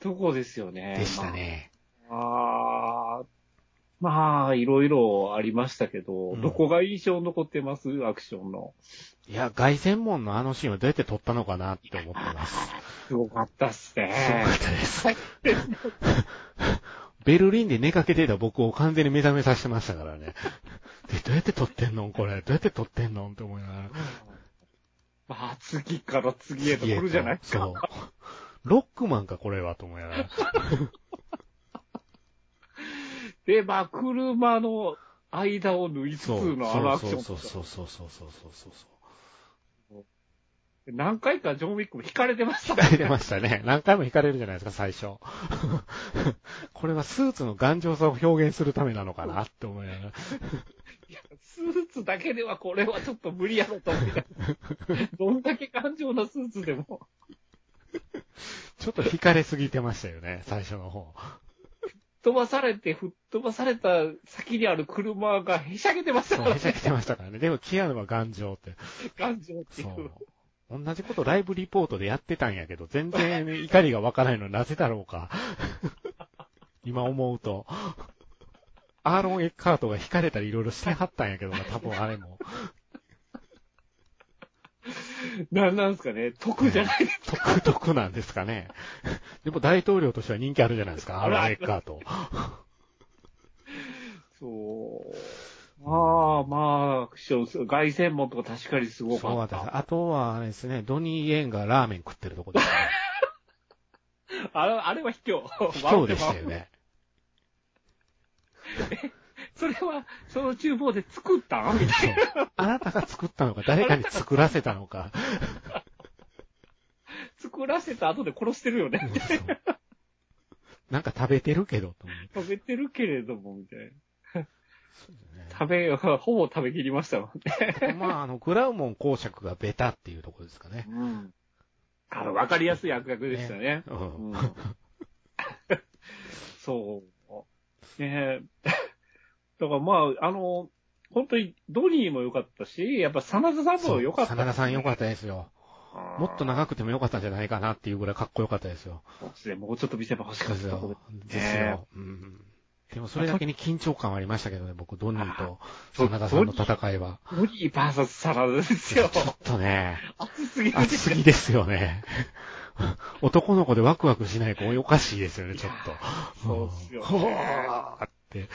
C: とこですよね。
B: でしたね。
C: まあ。あーまあ、いろいろありましたけど、
B: うん
C: どこが印象に残ってますアクションの。
B: いや、外専門のあのシーンはどうやって撮ったのかなって思ってます。
C: すごかったっす
B: すご
C: ね
B: か。ったです。 *laughs* ベルリンで寝かけてた僕を完全に目覚めさせてましたからね。で、どうやって撮ってんのこれ。どうやって撮ってんのって思いながら。
C: まあ、次から次へと来るじゃないですか。
B: そう。ロックマンか、これは、と思いな
C: *laughs*
B: がら。
C: で、まあ、車の間を縫いつつ
B: そう。
C: のあのアクション
B: そう
C: とか
B: そうそうそうそうそうそうそう。
C: 何回かジョン・ウィックも引かれてました
B: 惹かれてましたね。何回も惹かれるじゃないですか、最初。 *laughs* これはスーツの頑丈さを表現するためなのかなって思いながら。
C: スーツだけではこれはちょっと無理やろと思いながらどんだけ頑丈なスーツでも。
B: ちょっと惹かれすぎてましたよね、最初の方。
C: 飛ばされて、吹っ飛ばされた先にある車がへしゃげてました
B: そ
C: か
B: う、
C: ら
B: へしゃ
C: ね。
B: けてましたからね。でも、キアヌは頑丈って。
C: 頑丈ってい
B: そうう。。同じことライブリポートでやってたんやけど、全然怒りがわからないのはなぜだろうか。 *laughs* 今思うと。アーロン・エッカートが惹かれたりいろいろしてはったんやけどな、多分あれも。
C: なんなんですかね。得じゃないです
B: 独特なんですかね。でも大統領としては人気あるじゃないですか、アーロン・エッカート。
C: そう。まあまあ、アクション、外線門とか確かにすご
B: そう
C: か
B: なん
C: っ
B: で
C: た。
B: す。あとはあれですね、ドニー・イエンがラーメン食ってるとこですね。
C: *laughs* あれあれは卑怯。
B: 卑怯でしたよね。
C: それは、その厨房で作ったんみたいな。
B: そうあなたが作ったのか、誰かに作らせたの
C: *laughs*
B: か。
C: 作らせた後で殺してるよね。
B: そうなんか食べてるけど、と思
C: 食べてるけれども、みたいな。
B: うね
C: 食べ、ほぼ食べきりましたもんね。
B: まあ、あの、グラウモン公爵がベタっていうところですかね。
C: うん。あの、わかりやすい悪役でしたね。
B: う。
C: うんん、そう。ねえ。だからまあ、あの、本当にドニーも良かったし、やっぱ真田さんも良かった。
B: 真田さん良かったですよ。もっと
C: な。
B: 長くても良かったんじゃないかなっていうぐらいかっこよかったですよ。
C: そうですねもうちょっと見せ場欲
B: そ
C: し
B: う
C: かっ
B: です
C: たところ
B: よ。ですよ。うん。でもそれだけに緊張感はありましたけどね、僕、ドニーと
C: そう
B: 真田さんの戦いは。
C: で。ドニーバーサス真田です
B: ちょ
C: よ
B: っ。とね、
C: 熱すぎる
B: 熱すぎですよね。 *laughs* 男の子でワクワクしない子おかしいですよね、ちょっと。
C: そうっすよね
B: ほーって。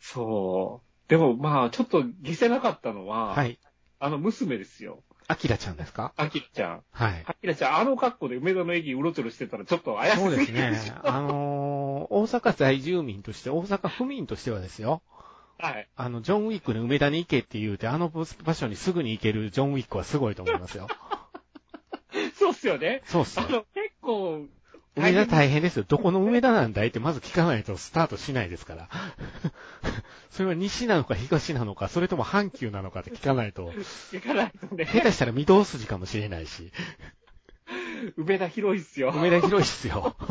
C: そう。でもまあ、ちょっと消せなかったのは、
B: はい。
C: あの娘ですよ。
B: アキラちゃんですか
C: アキラちゃん。
B: はい。
C: アキラちゃん、あの格好で梅田の駅うろちょろしてたらちょっと *laughs* 怪しい。
B: そうですね。あのー大阪在住民として、大阪府民としてはですよ。
C: はい。
B: あの、ジョンウィックの梅田に行けって言うて、あの場所にすぐに行けるジョンウィックはすごいと思いますよ。
C: そうっすよね。
B: そうっす
C: あ
B: ね
C: の、結構、
B: 梅田大変ですよ。どこの梅田なんだいってまず聞かないとスタートしないですから。 *laughs* それは西なのか東なのか、それとも阪急なのかって聞かないと、
C: 行かないとね、
B: 下手したら御堂筋かもしれないし、
C: 梅田広いっすよ。
B: 梅田広いっすよ。 *laughs*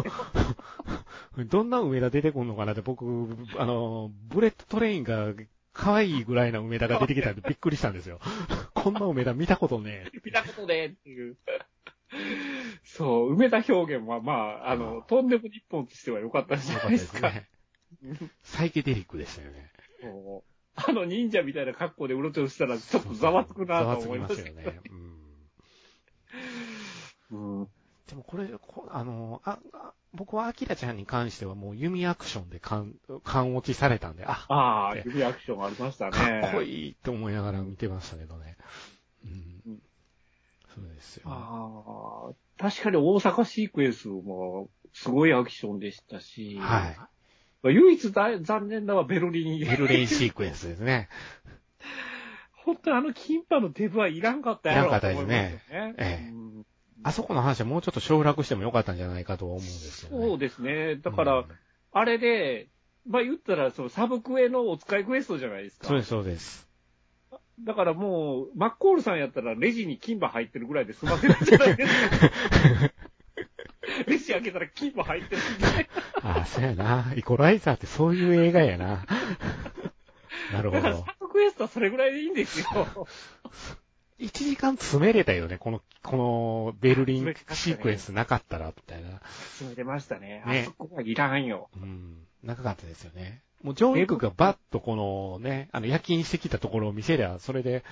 B: どんな梅田出てくるのかなって僕、あの、ブレットトレインが可愛いぐらいな梅田が出てきたんでびっくりしたんですよ。 *laughs* こんな梅田見たことねえ。
C: 見たことでっていう。そう、梅田表現はまあ、あの、とんでも日本としては良かったんじゃ
B: よか
C: な
B: った
C: い
B: で
C: です
B: す
C: か。 *laughs*
B: ね。サイケデリックでしたよね。
C: そう *laughs* あの忍者みたいな格好でうろちょろしたらちょっとざわつくなと思いま
B: ざわつ
C: す
B: きますよね。うん
C: うん。
B: でもこれ、こあのあ、あ僕はアキラちゃんに関してはもう弓アクションで勘、勘落ちされたんで、あ、
C: ああ、指アクションありましたね。
B: かっこいいって思いながら見てましたけどね。う
C: うんん。
B: そうですよ。
C: ああ、確かに大阪シークエンスも、すごいアクションでしたし、
B: はい。
C: 唯一だ残念なのはベルリン。
B: ベルリンシークエンスですね。
C: 本当にあのキンパのデブはいらんかったやろ。
B: いらんかったですね
C: と思いますよね
B: ええ
C: うん
B: あそこの話はもうちょっと省略してもよかったんじゃないかとは思うんですよね。
C: そうですね。だから、
B: うん
C: あれで、まあ言ったら、そのサブクエのお使いクエストじゃないですか。
B: そうです、そうです。
C: だからもう、マッコールさんやったらレジに金歯入ってるぐらいで済ませるんじゃないですか。レジ開けたら金歯入ってるんで。
B: *laughs* ああ、そうやな。イコライザーってそういう映画や *laughs* な。なるほ
C: だから
B: ど
C: サ。ブクエストはそれぐらいでいいんですよ。
B: 1時間詰めれたよね。この、このベルリンシークエンスなかったら、みたいな。
C: 詰めてましたね。
B: ね
C: あそこはいらんよ。
B: うん。長かったですよね。もう上陸がバッとこのね、あの夜勤してきたところを見せりゃ、それで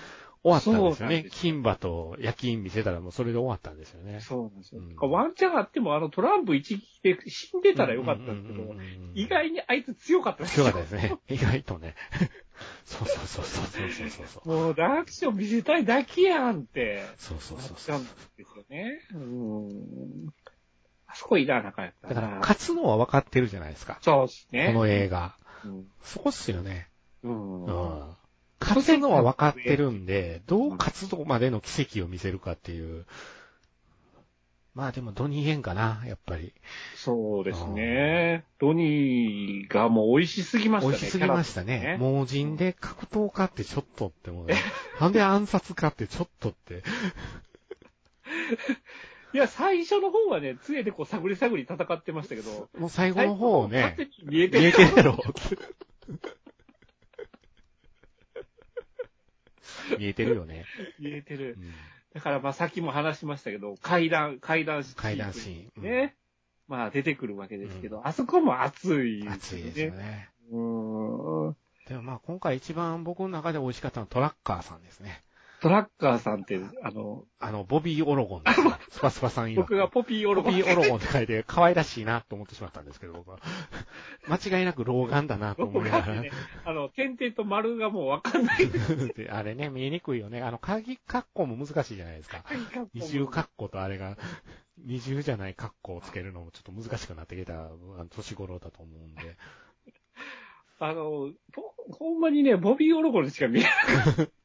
B: 終わったんです
C: そう
B: よ
C: なん
B: ね。
C: ですよ
B: 金馬と夜勤見せたらもうそれで終わったんですよね。
C: そうなんですよ。
B: うん
C: だからワンチャンあっても、あのトランプ一撃で死んでたらよかったんですけ
B: うんう
C: ど
B: んうんうん、
C: 意外にあいつ強かったです
B: 強
C: *laughs* よ
B: かったですね。意外とね。そうそうそうそうそうそうそうそう。
C: もうダークション見せたいだけやんって。
B: そうそうそう
C: な
B: そ
C: っ
B: う
C: ちゃうんですよね。うん。あそこいらなかった
B: だ
C: な。
B: から、勝つのは分かってるじゃないですか。
C: そうです
B: こ
C: ね。
B: の映画。
C: うん
B: そこっすよね。
C: うん。
B: う
C: うん
B: ん。勝つのは分かってるんで、どう勝つとこまでの奇跡を見せるかっていう。まあでも、ドニーエンかな、やっぱり。
C: そうですね。ドニーがもう美味しすぎました
B: 美
C: ね。
B: 味しすぎました
C: キャラ
B: ね。
C: とか
B: 盲人で格闘家ってちょっとって
C: *laughs*
B: もうね。なんで暗殺家ってちょっとって。
C: いや、最初の方はね、杖でこう探り探り戦ってましたけど、
B: もう最後の方をね、
C: 勝手に見えて
B: 見え
C: る。
B: てるやろ。 *laughs* 見えてるよね。
C: 見えてる
B: う。ん
C: だからまあさっきも話しましたけど、階段、階段シーン。
B: 階段シーン。うん
C: ね。まあ出てくるわけですけど、あそこも熱い、
B: 熱いですよ。ね。
C: うん。
B: でもまあ今回一番僕の中で美味しかったのはトラッカーさんですね。
C: トラッカーさんって、あの、
B: あの、ボビー・オロゴンです *laughs* ね。スパスパさん曰く
C: 僕がポピーオロ
B: ボ
C: ゴン
B: ビー・オロゴンって書いて可愛らしいなと思ってしまったんですけど、僕 *laughs* は。間違いなく老眼だなと
C: 僕
B: 思いな
C: が
B: がら。
C: ね、あの、点々と丸がもうわかんない。
B: *laughs* であれね、見えにくいよね。あの、鍵括弧も難しいじゃないですか。二重括弧とあれが、二重じゃない括弧をつけるのもちょっと難しくなってきたあの年頃だと思うんで。
C: あの、ぼほんまにね、ボビーオロゴンにしか見えない。 *laughs*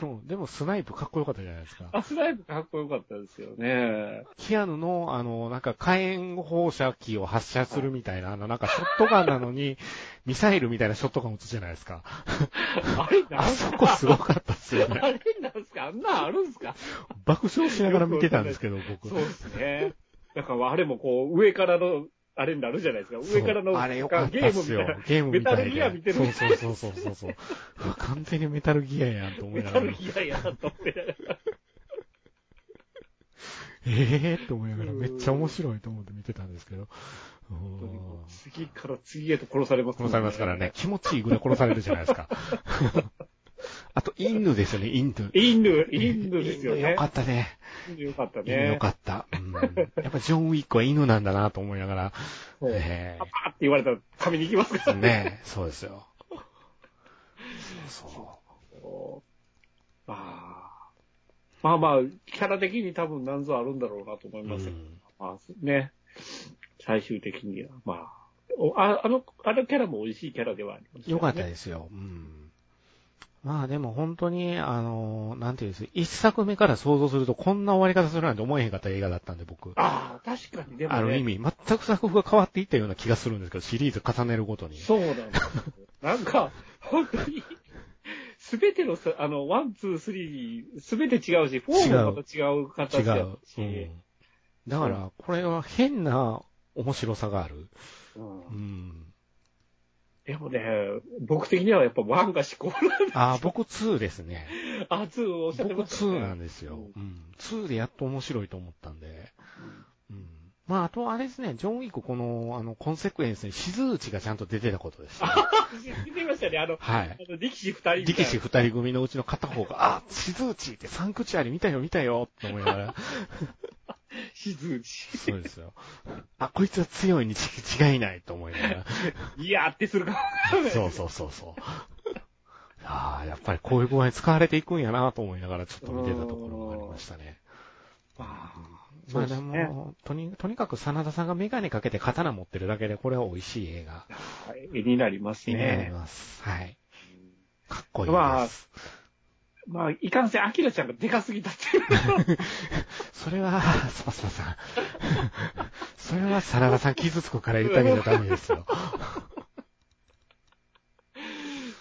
B: でも、でもスナイプかっこよかったじゃないですか。
C: アスライブかっこよかったですよね。
B: キアヌの、あの、なんか火炎放射器を発射するみたいな、あの、なんかショットガンなのに、ミサイルみたいなショットガン撃つじゃないですか。
C: あれな
B: あ
C: ん
B: そ
C: す
B: こ
C: か
B: すごかったっすよ
C: あ
B: ね。
C: れなんすかあんなんあるんすか
B: 爆笑しながら見てたんですけど、
C: そう
B: 僕。
C: ですね。だからあれもこう、上からの、あれになるじゃないですか。上からの、
B: そうあれよかったっすよ。ゲーム
C: み
B: み
C: た
B: た
C: い
B: いで。
C: なメタルギア見てるみたい
B: そうそうそうそうそう。うわ完全にメタルギアやんと思
C: メ
B: いな
C: タ
B: が
C: ル
B: ら。
C: ギアやなと思って
B: ええー、と思いながら、めっちゃ面白いと思って見てたんですけど。う
C: 本当に
B: ん
C: もう次から次へと殺されます、
B: 殺されますからね。。気持ちいいぐらい殺されるじゃないですか。 *laughs* あと、犬ですよね、犬。
C: 犬、犬ですよね。
B: 犬よかったね。
C: 犬よかった
B: 犬
C: ね。
B: よかった。うん、やっぱジョン・ウィックは犬なんだなと思いながら。
C: そう
B: え
C: パパーって言われたら噛みに行きますか
B: えねそうですよ。そうそ。
C: ら。まあ、まあまあ、キャラ的に多分何ぞあるんだろうなと思いうますけど、
B: ん
C: まあね、最終的には、まあ、おああの、あのキャラも美味しいキャラではあります、ね。
B: よかった
C: す。
B: ですよ。うん。まあでも本当に、あの、なんていうんです一作目から想像するとこんな終わり方するなんて思えへんかった映画だったんで僕。
C: ああ、確かに、でも、ね、
B: ある意味、全く作風が変わっていったような気がするんですけど、シリーズ重ねるごとに。
C: そうなんですよ。なんか、 *laughs* 本当に、すべてのさ、あの、ワン、ツー、スリー、すべて違うし、フォーもまた違う
B: 違
C: 形だ
B: う
C: っ。た
B: う
C: し、
B: ん。だから、これは変な面白さがある。
C: うん
B: う
C: *laughs*
B: ん。
C: でもね、僕的にはやっぱワンが思考
B: あー、僕2ですね。
C: あ、ツーおっしゃって
B: 僕
C: ました、
B: 2な
C: ね。
B: んですよ。
C: う
B: うん。2でやっと面白いと思ったんで。うん。まあ、あとあれですね、ジョン・ウィックこの、あの、コンセクエンスに静内がちゃんと出てたことですね。
C: 見てましたね、あの、
B: は
C: あ
B: い。
C: の力士二人みたいな
B: 力士二人組のうちの片方が、あ、静内って三口あり見たよ見たよって思いながら。
C: 静内。
B: そうですよ。あ、こいつは強いにち違いないと思いな
C: *laughs*
B: がら。
C: いやーってするか
B: そうそうそうそう。ああ、やっぱりこういう具合に使われていくんやなと思いながらちょっと見てたところもありましたね。
C: そ
B: ま
C: う
B: あ
C: です
B: で
C: ね
B: も、とに、とにかく真田さんがメガネかけて刀持ってるだけで、これは美味しい映画
C: 絵になります
B: になり
C: ね。
B: ます。はい。かっこいい
C: ま
B: で
C: あ *laughs*
B: す。
C: まあ、いかんせん、アキラちゃんがでかすぎたっ
B: *laughs*
C: ていう。
B: それは、スパスパさん。それは、サラダさん傷つくから言ってあげちゃダメですよ。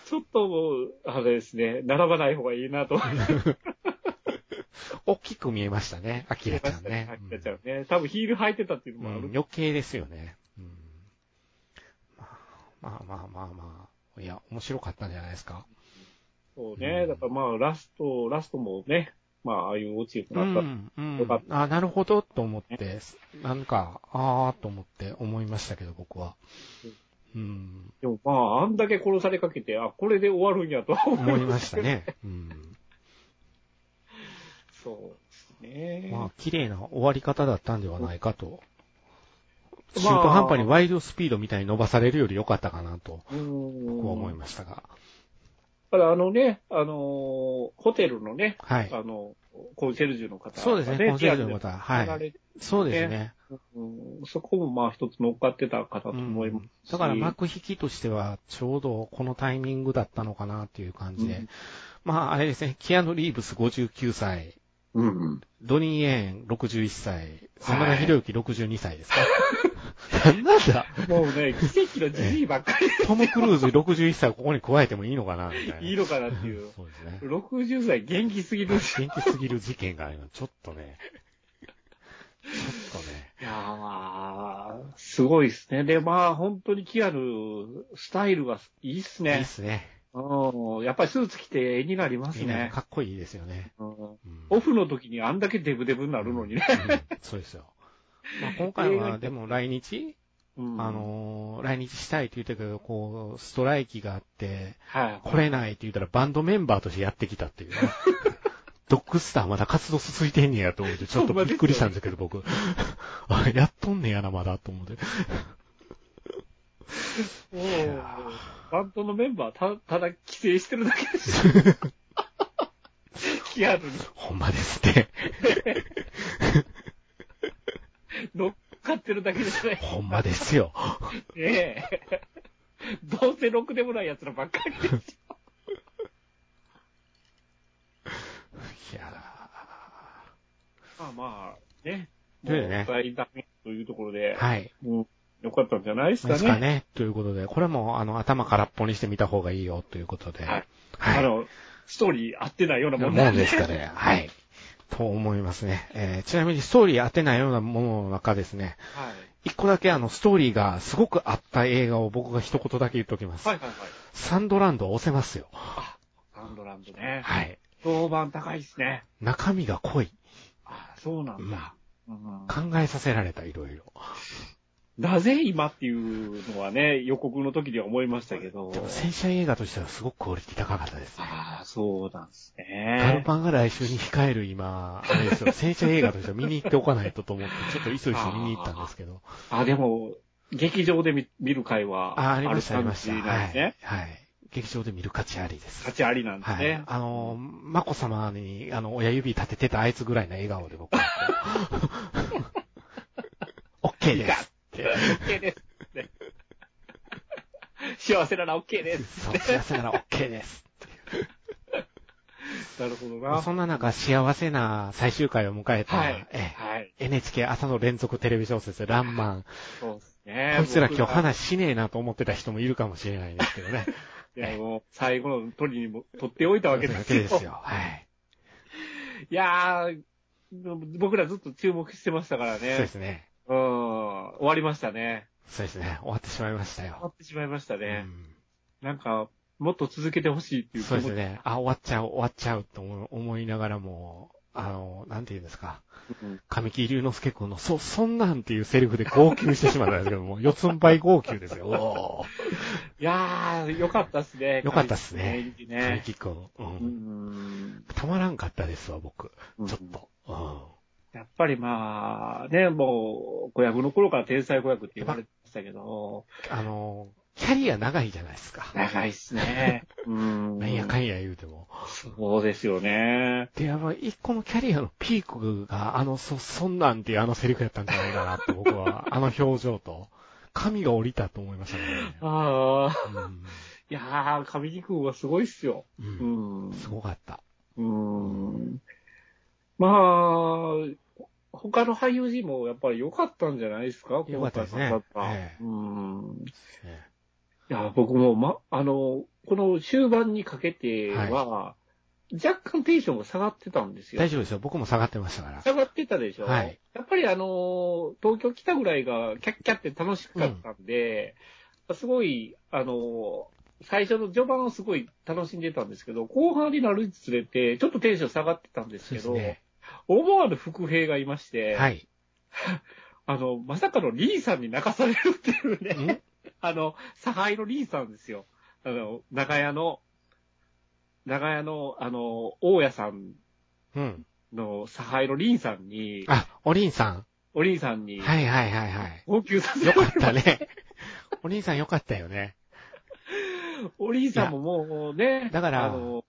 C: ちょっともう、あれですね、並ばない方がいいなと思って
B: 大きく見えましたね、アキラちゃんね。
C: アキラちゃんね。多分ヒール履いてたっていう
B: う
C: のもあ
B: ん
C: る。
B: 余計ですよね。うんまあまあまあまあ。いや、面白かったんじゃないですか。
C: そう
B: う
C: ね。
B: ん
C: だからまあ、ラスト、ラストもね、まあ、ああいう落ちる
B: う
C: なった。
B: ん、うん
C: よかっ。
B: あ、なるほど、と思って、なんか、あーと思って思いましたけど、僕は。うん、
C: でもまあ、あんだけ殺されかけて、あ、これで終わるんやとは思
B: 思いま
C: し
B: したね。うん。
C: *laughs* た。そうですね。
B: まあ、綺麗な終わり方だったんではないかと。中途半端にワイドスピードみたいに伸ばされるより良かったかなと、
C: うーん。
B: 僕は思い
C: す。
B: ましたが。
C: だからあのね、あのーホテルのね、
B: はい。
C: あの、コンシェルジュの方が、
B: そうですね、コンセルジュの方。
C: リアルで
B: は
C: 来ら
B: い。
C: れて
B: そうですね。
C: うんそこもまあ一つ乗っかってた方と思いますし、
B: だから幕引きとしては、ちょうどこのタイミングだったのかなっていう感じで。
C: うん
B: まあ、あれですね、キアヌ・リーブス59歳、
C: うん。
B: ドニー・エーン61歳、真
C: は
B: 田
C: い
B: 広之62歳ですか。なんだ
C: もうね、奇跡のじじいばっかり
B: トム・クルーズ61歳をここに加えてもいいのかなみたいな。
C: でいいのかなっていう。
B: そうですね。
C: 60歳元気すぎる
B: *laughs*
C: し。
B: 元気すぎる事件があるの、ちょっと
C: *laughs*
B: ね。ちょっとね。
C: いやーまあ、すごいですね。で、まあ本当にキアヌ、スタイルがいいっす
B: いいっ
C: ね。
B: すね。
C: うん。やっぱりスーツ着て絵になります
B: いいね
C: ね。
B: かっこいいですよね。
C: うん
B: うん
C: オフの時にあんだけデブデブになるのにね。
B: うんそうですよ。まあ、今回
C: 映画
B: は、
C: に
B: でも来日、
C: うん
B: あ、のー来日したいって言ったけど、こう、ストライキがあって、
C: はい。
B: 来れないって言ったらバンドメンバーとしてやってきたって
C: *laughs*
B: いうね。ドッグスターまだ活動続いてんねやと思って、ちょっとびっくりしたんですけど、僕。 *laughs* あ、やっとんねやな、まだ、と思って。
C: もうバンドのメンバーた、ただ帰省してるだけ *laughs* です。キアヌ
B: ほんまですね。
C: に乗っかってるだけですね。
B: ほんまですよ。
C: ええ。どうせろくでもない奴らばっかりです。
B: いや
C: まあまあ、ね。
B: そうだよね
C: も大ダメというところ
B: ー
C: で、
B: はい。
C: もうよかったんじゃないですか
B: で
C: ね。
B: すかね。ということで、これも、あの、頭空っぽにしてみた方がいいよ、ということで。
C: はい
B: はい。
C: あの、ストーリー合ってないようなもん
B: も
C: なんん
B: ですかね。はい。と思いますね。えーちなみにストーリー当てないようなものの中ですね、
C: はい。
B: 一個だけあの、ストーリーがすごくあった映画を僕が一言だけ言っときます。
C: はいはいはい。
B: サンドランドを押せますよ。
C: ランドランドね。
B: はい。
C: 評判高いですね。
B: 中身が濃い。
C: ああ、そうなんだ。うん
B: 考えさせられた、いろいろ。
C: なぜ今っていうのはね、予告の時には思いましたけど
B: で。も、戦車映画としてはすごくクオリティ高かったですね。
C: ああ、そうなんです
B: ガル
C: ね。
B: パンが来週に控える今、あれです
C: *laughs*
B: よ、戦車映画としては見に行っておかないとと思って、ちょっと急いそい見に行ったんですけど。
C: あ、でも、劇場で見見る会は
B: あ、あ
C: あ
B: りま
C: る
B: した、あり
C: 感
B: まし
C: じ
B: た。
C: なん
B: は
C: ですね
B: い。。はい。劇場で見る価値ありです
C: 価。値ありなんで
B: は
C: す
B: い
C: ね。。
B: あの、まこ様に、あの、親指立ててたあいつぐらいの笑顔で僕は
C: *laughs*
B: こう、OK ですって。
C: OK です。 *laughs* 幸せなら OK です。
B: そう、幸せなら OK
C: *laughs*
B: です。
C: なるほどな。
B: そんな中、幸せな最終回を迎えた、
C: はい。
B: え
C: はい。
B: え NHK 朝の連続テレビ小説、ランマン。
C: そうですね。
B: こいつら今日
C: 僕が
B: 話しねえなと思ってた人もいるかもしれないですけどね。
C: いや、もう、最後の取りにも、取っておい
B: *laughs*
C: たわけです
B: そういう
C: よ。
B: わけですよ。はい。
C: いやー、僕らずっと注目してましたから
B: そうで
C: ね。
B: すね。
C: うん。終わりましたね。
B: そうですね。終わってしまいました
C: 終わ
B: よ。
C: ってしまいました
B: う
C: ね。
B: ん
C: なんか、もっと続けてほしいっていう気
B: そう
C: 持
B: です
C: ち。
B: ね。あ、終わっちゃう、終わっちゃうと思う思いながらも、あの、なんて言うんですか。
C: うん
B: 神木隆之介君の、そ、そんなんっていうセリフで号泣してしまったんですけ
C: *laughs*
B: ども、四つん這い号泣ですよ。おー
C: いやー、よかったっすね。
B: よかったっすね
C: 演技
B: *laughs* 神
C: ね。
B: 木君、う。
C: うんん。
B: たまらんかったですわ、僕。ちょっと。う
C: やっぱりまあ、ね、もう、子役の頃から天才子役って言われてましたけど、
B: ん。あの、キャリア長いじゃないですか。
C: 長いっすね。うん。
B: なんやかんや言うても。
C: そうですよね。
B: で、やっぱ一個のキャリアのピークが、あの、そ、そんなんっていうあのセリフやったんじゃないかなと、僕は。あの表情と。神が降りたと思いましたね。
C: ああ。
B: うん
C: いやー、神木君はすごいっすよ。
B: う。
C: うんん。
B: すごかった。
C: うん。まあ、他の俳優陣もやっぱり良かったんじゃないですか
B: 良かったですね
C: 今回の方々
B: ええ
C: うん。
B: ね
C: いや、僕も、ま、あの、この終盤にかけては、若干テンションが下がってたんですよ
B: 大。丈夫ですよ。僕も下がってましたから。
C: 下がってたでしょ、
B: はい
C: やっぱりあの、東京来たぐらいがキャッキャって楽しかったんで、すごい、あの、最初の序盤はすごい楽しんでたんですけど、後半になるにつれて、ちょっとテンション下がってたんです
B: そう
C: け
B: です
C: ど、
B: ね。
C: 思わぬ伏兵がいまして、
B: はい。
C: あの、まさかのリーさんに泣かされるっていうね。 *laughs*
B: ん
C: あの、差配のリーさんですよ。あの、長屋の、長屋の、あの、大家さん
B: うん。
C: の差配のリンさんに、
B: あ、おりんさん。
C: おりんさんに、
B: はいはいはいはい。
C: 号泣させ
B: よ
C: る。
B: かったね。おりんさんよかったよね。
C: おりんさんももうね、
B: だから
C: あの、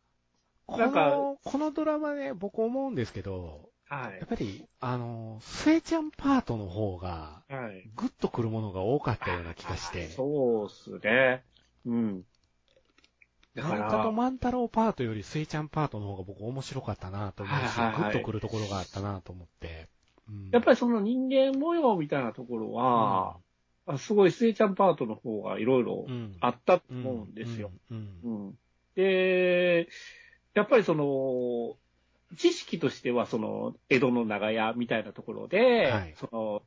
B: こ
C: なんか
B: の、このドラマね、僕思うんですけど、
C: は
B: やっぱり、あの、スエちゃんパートの方が、
C: い。はい。
B: グッとくるものが多かったような気がして、
C: そうっすね。うん。だ
B: な
C: か
B: ん
C: ら
B: かと万太郎パートよりスエちゃんパートの方が僕面白かったなと思うし、
C: はいはいはい
B: グッとくるところがあったなと思って。うん
C: やっぱりその人間模様みたいなところは、あすごいスエちゃんパートの方がいろいろ
B: うん
C: あったと思うんですよ。。
B: うん
C: う。んで、やっぱりその、知識としては、その、江戸の長屋みたいなところで、
B: はい
C: その、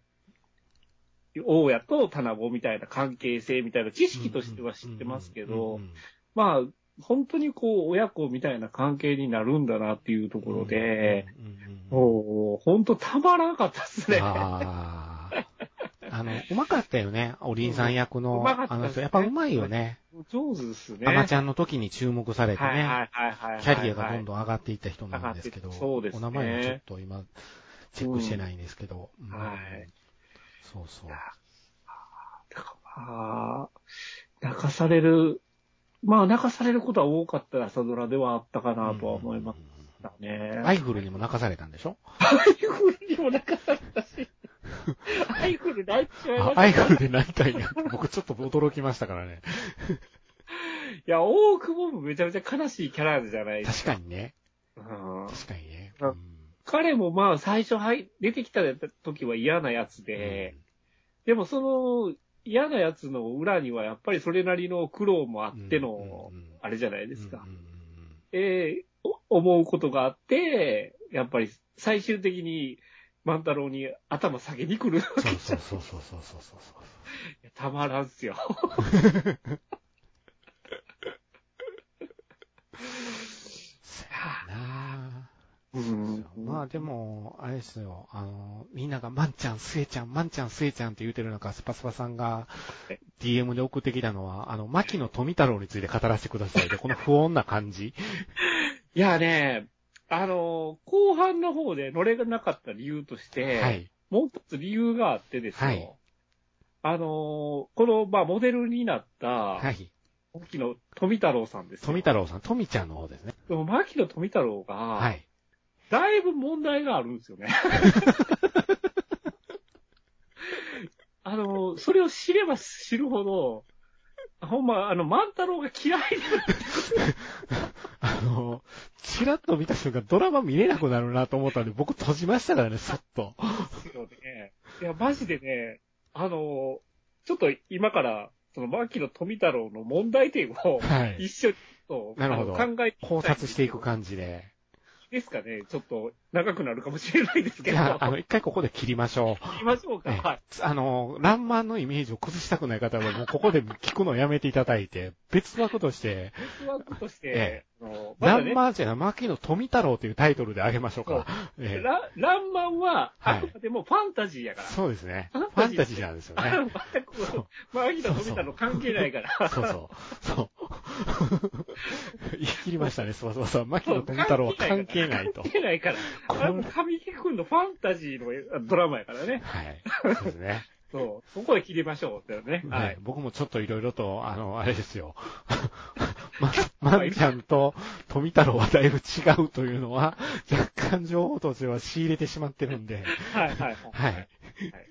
C: 大家と棚子みたいな関係性みたいな知識としては知ってますけ
B: う
C: ど
B: ん、、
C: まあ、本当にこう、親子みたいな関係になるんだなっていうところで、
B: うんうんうんうん、
C: もう、本当たまらなかったですね。
B: ああ。あの、うまかったよね。おりんさん役
C: う
B: の
C: んうまかっ、た
B: あ
C: です
B: の人。
C: ね
B: やっぱうまいよね。
C: *laughs* 上手ですね。
B: アマちゃんの時に注目されて
C: はいはい
B: ね。
C: はいはいはい。
B: キャリアがどんどん上がっていった人なんですけど。
C: 上がっていったそうですね
B: お名前はちょっと今、チェックしてないんですけど。うん
C: はい。
B: そうそう。
C: だからまあ、泣かされる、まあ泣かされることは多かった朝ドラではあったかなとは思いましたね。
B: ライフルにも泣かされたんでしょ
C: アイフルにも泣かされた *laughs* し、アイフル泣いてしまいま
B: あ
C: した。
B: ライ
C: い
B: フルで泣いたんや。僕ちょっと驚きましたからね。
C: や、大久保もめちゃめちゃ悲しいキャラじゃないです
B: 確
C: か。
B: かにね。
C: うん
B: 確かにね。
C: あ彼もまあ最初はい出てきた時は嫌なやつで、でもその嫌なやつの裏にはやっぱりそれなりの苦労もあっての、あれじゃない
B: で
C: ですか。。
B: うんうんうん
C: えーお思うことがあって、やっぱり最終的に万太郎に頭下げに来る *laughs* わけ
B: そうそうそうそうそうそうそうそう。
C: たまらんっすよ。
B: な
C: うん
B: あ。まあでも、あれですよ、あの、みんなが、まんちゃん、すえちゃん、まんちゃん、すえちゃんって言うてる中、スパスパさんが
C: はい、
B: DM で送ってきたのは、あの、牧野富太郎について語らせてくださいで、この不穏な感じ。
C: いやね、あのー後半の方で乗れなかった理由として、
B: はい。
C: もう一つ理由があってですよ。
B: はい
C: あのーこの、まあ、モデルになった、
B: はい。
C: 牧野富太郎さんですよ。
B: 富太郎さん、富ちゃんの方ですね。
C: でも牧野富太郎が、
B: はい。
C: だいぶ問題があるんですよね。 *laughs* あの、それを知れば知るほど、ほんま、あの、万太郎が嫌い
B: あの、ちらっと見た瞬間、ドラマ見れなくなるなと思ったんで、僕閉じましたからね、そっと。
C: なんですよね。いや、マジでね、あの、ちょっと今から、その、牧野富太郎の問題点を、
B: はい
C: 一。緒にちょっと、
B: なるほど
C: あの考えていきたい
B: 考察していく感じで。
C: ですかね。ちょっと、長くなるかもしれないです
B: じ
C: けど、
B: ゃあ、あ
C: 行
B: の、一回ここで切りましょう。
C: きましょうか。
B: ええ
C: はい。
B: あの、ランマンのイメージを崩したくない方は、
C: *laughs*
B: もうここで聞くのをやめていただいて、別枠として、
C: 別枠として、
B: え
C: あのま
B: ラ
C: だ
B: ン
C: ね、
B: マンじゃない、牧野富太郎というタイトルであげましょうか。ええ
C: ラランマンは、
B: はい
C: あくまでもファンタジーやから。
B: そうですね。
C: フ
B: フ
C: ァ
B: ァン
C: ンタ
B: タ
C: ジ
B: ジ
C: ー
B: ーなんですよ
C: *laughs*
B: ね。
C: 全く、
B: そう
C: まあ、秋田富太郎関係ないから。
B: そうそう。 *laughs* そう。言い切りましたね、すばすばさん。牧野富太郎は関係ないと
C: 関。係ないから。
B: こ
C: あれも
B: ん
C: 神木君のファンタジーのドラマやからね。
B: はい。そうですね。
C: そう。そこで切りましょう。だよね。は
B: はい
C: い。。
B: 僕もちょっといろいろと、あの、あれです
C: *laughs*
B: よ。ま、まんちゃんと富太郎はだいぶ違うというのは、若干情報としては仕入れてしまってるんで、
C: はいはいはい。
B: はい。
C: はい